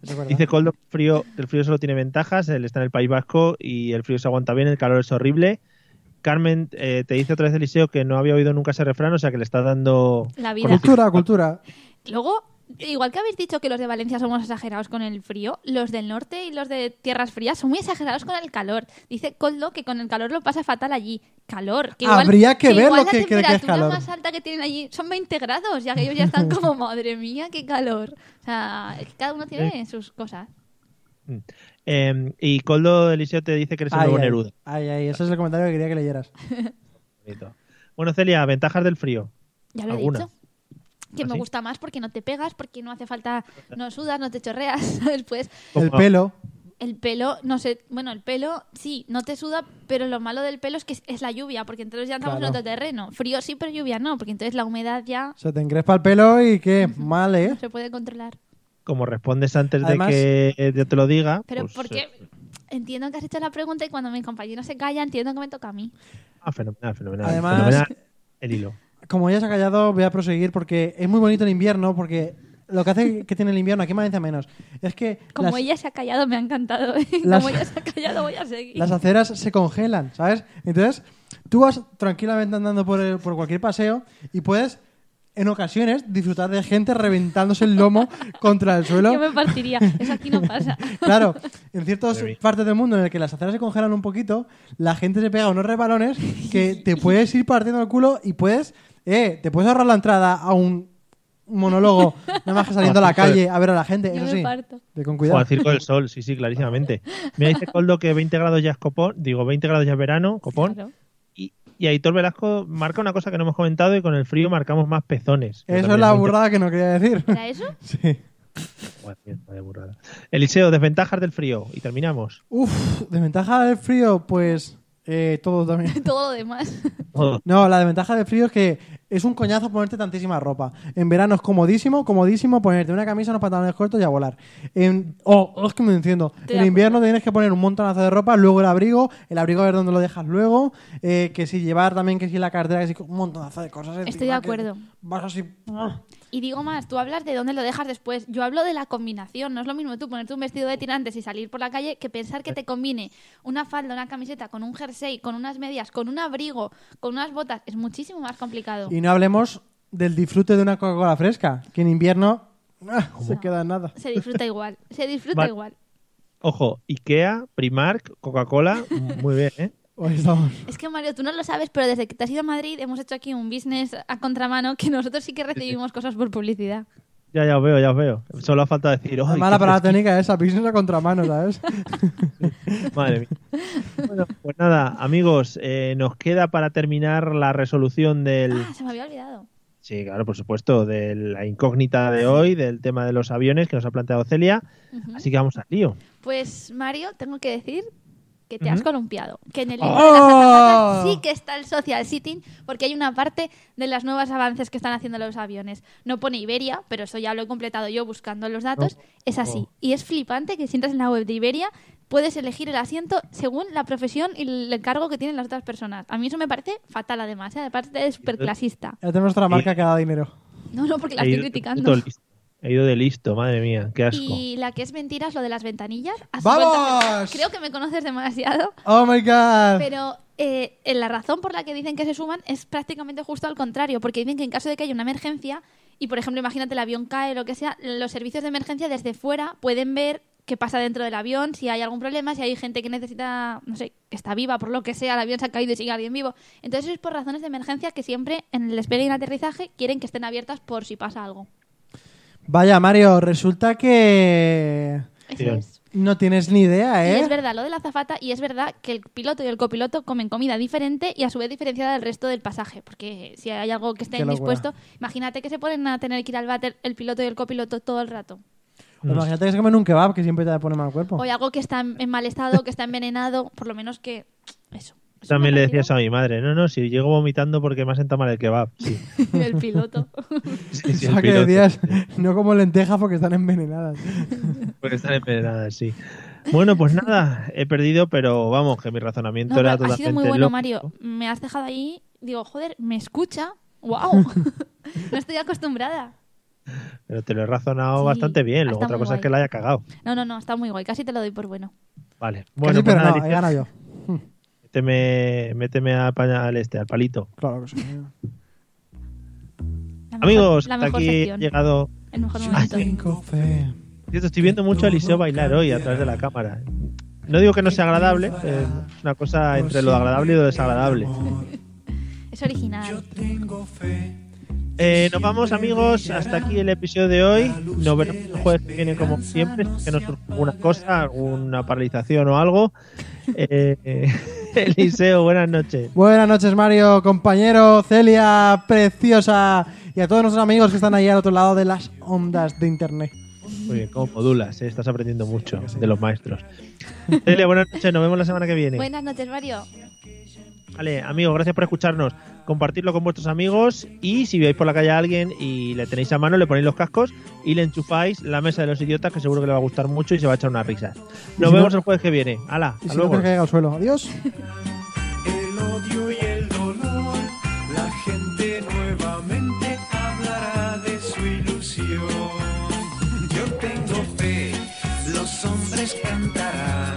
Eso es verdad.
Dice Coldo que el frío, que el frío solo tiene ventajas, él está en el País Vasco y el frío se aguanta bien, el calor es horrible. Carmen eh, te dice otra vez Eliseo que no había oído nunca ese refrán, o sea que le está dando...
La vida.
Cultura, cultura.
Luego, igual que habéis dicho que los de Valencia somos exagerados con el frío, los del norte y los de tierras frías son muy exagerados con el calor. Dice Coldo que con el calor lo pasa fatal allí. Calor. Que igual,
Habría que ver
igual
lo
la
que cree que es
temperatura
calor.
más alta que tienen allí son 20 grados, ya que ellos ya están como, madre mía, qué calor. O sea, es que cada uno tiene sus cosas.
Eh, y Coldo Eliseo te dice que eres un
Ay,
nuevo
ay.
Neruda.
Ay, ay, ese es el comentario que quería que leyeras.
Bonito. Bueno, Celia, ventajas del frío.
Ya lo he
¿Alguna?
dicho. Que
¿Ah,
me
sí?
gusta más porque no te pegas, porque no hace falta, no sudas, no te chorreas. Pues Después,
El
Como-
pelo.
El pelo, no sé, bueno, el pelo sí, no te suda, pero lo malo del pelo es que es, es la lluvia, porque entonces ya entramos
Claro.
en otro terreno. Frío sí, pero lluvia no, porque entonces la humedad ya
Se te encrespa el pelo y qué mal, ¿eh?
no se puede controlar.
Como respondes antes
Además-
de que yo te lo diga...
Pero
pues,
porque
eh,
entiendo que has hecho la pregunta y cuando mi compañero se calla, entiendo que me toca a mí.
ah, fenomenal, fenomenal.
Además-
fenomenal el hilo.
Como ya se ha callado, voy a proseguir porque es muy bonito el invierno, porque lo que hace que tiene el invierno, aquí en Valencia menos, es que
Como
las,
ella se ha callado, me ha encantado. ¿eh?
Las-
Como ella se ha callado, voy a seguir.
las aceras se congelan, ¿sabes? Entonces, tú vas tranquilamente andando por, el- por cualquier paseo y puedes, en ocasiones, disfrutar de gente reventándose el lomo contra el suelo.
Yo me partiría, eso aquí no pasa.
Claro, en ciertas partes del mundo en el que las aceras se congelan un poquito, la gente se pega unos rebalones que te puedes ir partiendo el culo y puedes, eh, te puedes ahorrar la entrada a un monólogo, nada más que saliendo a la calle a ver a la gente,
Yo
eso
me
sí.
parto.
De con
O
cuidado.
al Circo del Sol, sí, sí, clarísimamente. Mira, dice Coldo que 20 grados ya es copón, digo, 20 grados ya es verano, copón.
Claro.
Y, y Aitor Velasco marca una cosa que no hemos comentado y con el frío marcamos más pezones. Yo
Eso es
también
la
me-
burrada que no quería decir.
¿Era eso?
Sí.
Joder, tío, vaya burrada. Eliseo, desventajas del frío. Y terminamos.
Uf, desventaja del frío, pues eh, todo también.
Todo lo demás.
Oh,
No, la desventaja del frío es que es un coñazo ponerte tantísima ropa. En verano es comodísimo, comodísimo ponerte una camisa, unos pantalones cortos y a volar. En, oh, oh, es que me entiendo.
Estoy de
En invierno tienes que poner un montonazo de ropa, luego el abrigo, el abrigo a ver dónde lo dejas luego, eh, que si llevar también, que si la cartera, que si un montonazo de cosas. encima,
Estoy de
que
acuerdo.
Vas así...
Y digo más, tú hablas de dónde lo dejas después. Yo hablo de la combinación. No es lo mismo tú ponerte un vestido de tirantes y salir por la calle que pensar que te combine una falda, una camiseta, con un jersey, con unas medias, con un abrigo, con unas botas. Es muchísimo más complicado.
Y no hablemos del disfrute de una Coca-Cola fresca, que en invierno ah, se queda en nada.
Se disfruta igual. Se disfruta
Vale.
igual.
Ojo, Ikea, Primark, Coca-Cola. mm, Muy bien, ¿eh?
Hoy estamos...
Es que, Mario, tú no lo sabes, pero desde que te has ido a Madrid hemos hecho aquí un business a contramano que nosotros sí que recibimos cosas por publicidad.
Ya, ya os veo, ya os veo. Solo ha falta decir. "Ay,
Mala
qué
para la técnica esa, business a contramano, ¿sabes?
Madre mía. Bueno, pues nada, amigos, eh, nos queda para terminar la resolución del.
Ah, se me había olvidado.
Sí, claro, por supuesto, de la incógnita de hoy, del tema de los aviones que nos ha planteado Celia. Así que vamos al lío.
Pues, Mario, tengo que decir que te has
Ujú.
columpiado. Que en el
¡Oh!
libro de las azafatas sí que está el social sitting, porque hay una parte de los nuevos avances que están haciendo los aviones. No pone Iberia, pero eso ya lo he completado yo buscando los
Oh,
datos. Es así. Y es flipante que si entras en la web de Iberia, puedes elegir el asiento según la profesión y el encargo que tienen las otras personas. A mí eso me parece fatal, además. ¿eh? Aparte de superclasista.
Ya tenemos otra
Eh.
marca que da dinero.
No, no, porque la
He
estoy
ido de puto
criticando.
listo. He ido de listo, madre mía, qué asco.
Y la que es mentira es lo de las ventanillas. A su
¡Vamos!
cuenta- Creo que me conoces demasiado.
¡Oh, my God!
Pero eh, eh, la razón por la que dicen que se suman es prácticamente justo al contrario, porque dicen que en caso de que haya una emergencia, y por ejemplo, imagínate el avión cae o lo que sea, los servicios de emergencia desde fuera pueden ver qué pasa dentro del avión, si hay algún problema, si hay gente que necesita, no sé, que está viva, por lo que sea, el avión se ha caído y sigue alguien vivo. Entonces es por razones de emergencia que siempre en el despegue y en el aterrizaje quieren que estén abiertas por si pasa algo.
Vaya, Mario, resulta que...
Eso
Bien.
es.
No tienes ni idea,
Y
¿eh?
es verdad lo de la zafata y es verdad que el piloto y el copiloto comen comida diferente y a su vez diferenciada del resto del pasaje, porque si hay algo que esté
Qué locura.
indispuesto, imagínate que se ponen a tener que ir al váter el piloto y el copiloto todo el rato.
O Pues Imagínate que se comen un kebab que siempre te pone mal cuerpo.
O hay algo que está en en mal estado, que está envenenado, por lo menos que eso. Es
También
una
le decías a
cantidad-
mi madre, no, no, si llego vomitando porque me ha sentado mal el kebab. Sí,
el piloto.
sí, sí, el
Pensaba que
piloto.
decías, no como lentejas porque están envenenadas.
Porque están envenenadas, sí. Bueno, pues nada, he perdido, pero vamos, que mi razonamiento
No, pero
era
ha
totalmente
sido muy bueno,
lógico.
Mario. Me has dejado ahí, digo, joder, me escucha. ¡Wow! no estoy acostumbrada.
Pero te lo he razonado
Sí,
bastante bien. Luego,
está
otra
muy
cosa es
guay.
que la haya cagado.
No, no, no, está muy guay. Casi te lo doy por bueno.
Vale. Bueno,
Bueno,
pues
pero
nada,
no, he
Alicia,
ganado yo.
méteme, méteme al pa- al este, al palito.
Claro que sí.
La mejor-
Amigos,
la
hasta
mejor
aquí he
sección.
llegado.
El mejor momento.
Tengo fe.
Cierto, estoy viendo mucho a Eliseo bailar hoy a través de la cámara. No digo que no sea agradable, eh, es una cosa entre lo agradable y lo desagradable.
Es original.
Eh, nos vamos, amigos. Hasta aquí el episodio de hoy. Nos veremos el jueves que viene, como siempre. si es Que nos surge alguna cosa, alguna paralización o algo. Eh, eh, Eliseo, buenas noches.
Buenas noches, Mario, compañero, Celia, preciosa. Y a todos nuestros amigos que están ahí al otro lado de las ondas de internet.
Muy bien, como modulas, eh, estás aprendiendo mucho de los maestros. Celia, buenas noches. Nos vemos la semana que viene.
Buenas noches, Mario.
Vale, amigos, gracias por escucharnos. Compartidlo con vuestros amigos y si veis por la calle a alguien y le tenéis a mano, le ponéis los cascos y le enchufáis la mesa de los idiotas, que seguro que le va a gustar mucho y se va a echar una risa. Nos
si no-
vemos el jueves que viene. ¡Hala!
Y
Hasta
si no,
luego.
que caiga al suelo. Adiós.
El odio y el dolor, la gente nuevamente hablará de su ilusión. Yo tengo fe, los hombres cantarán.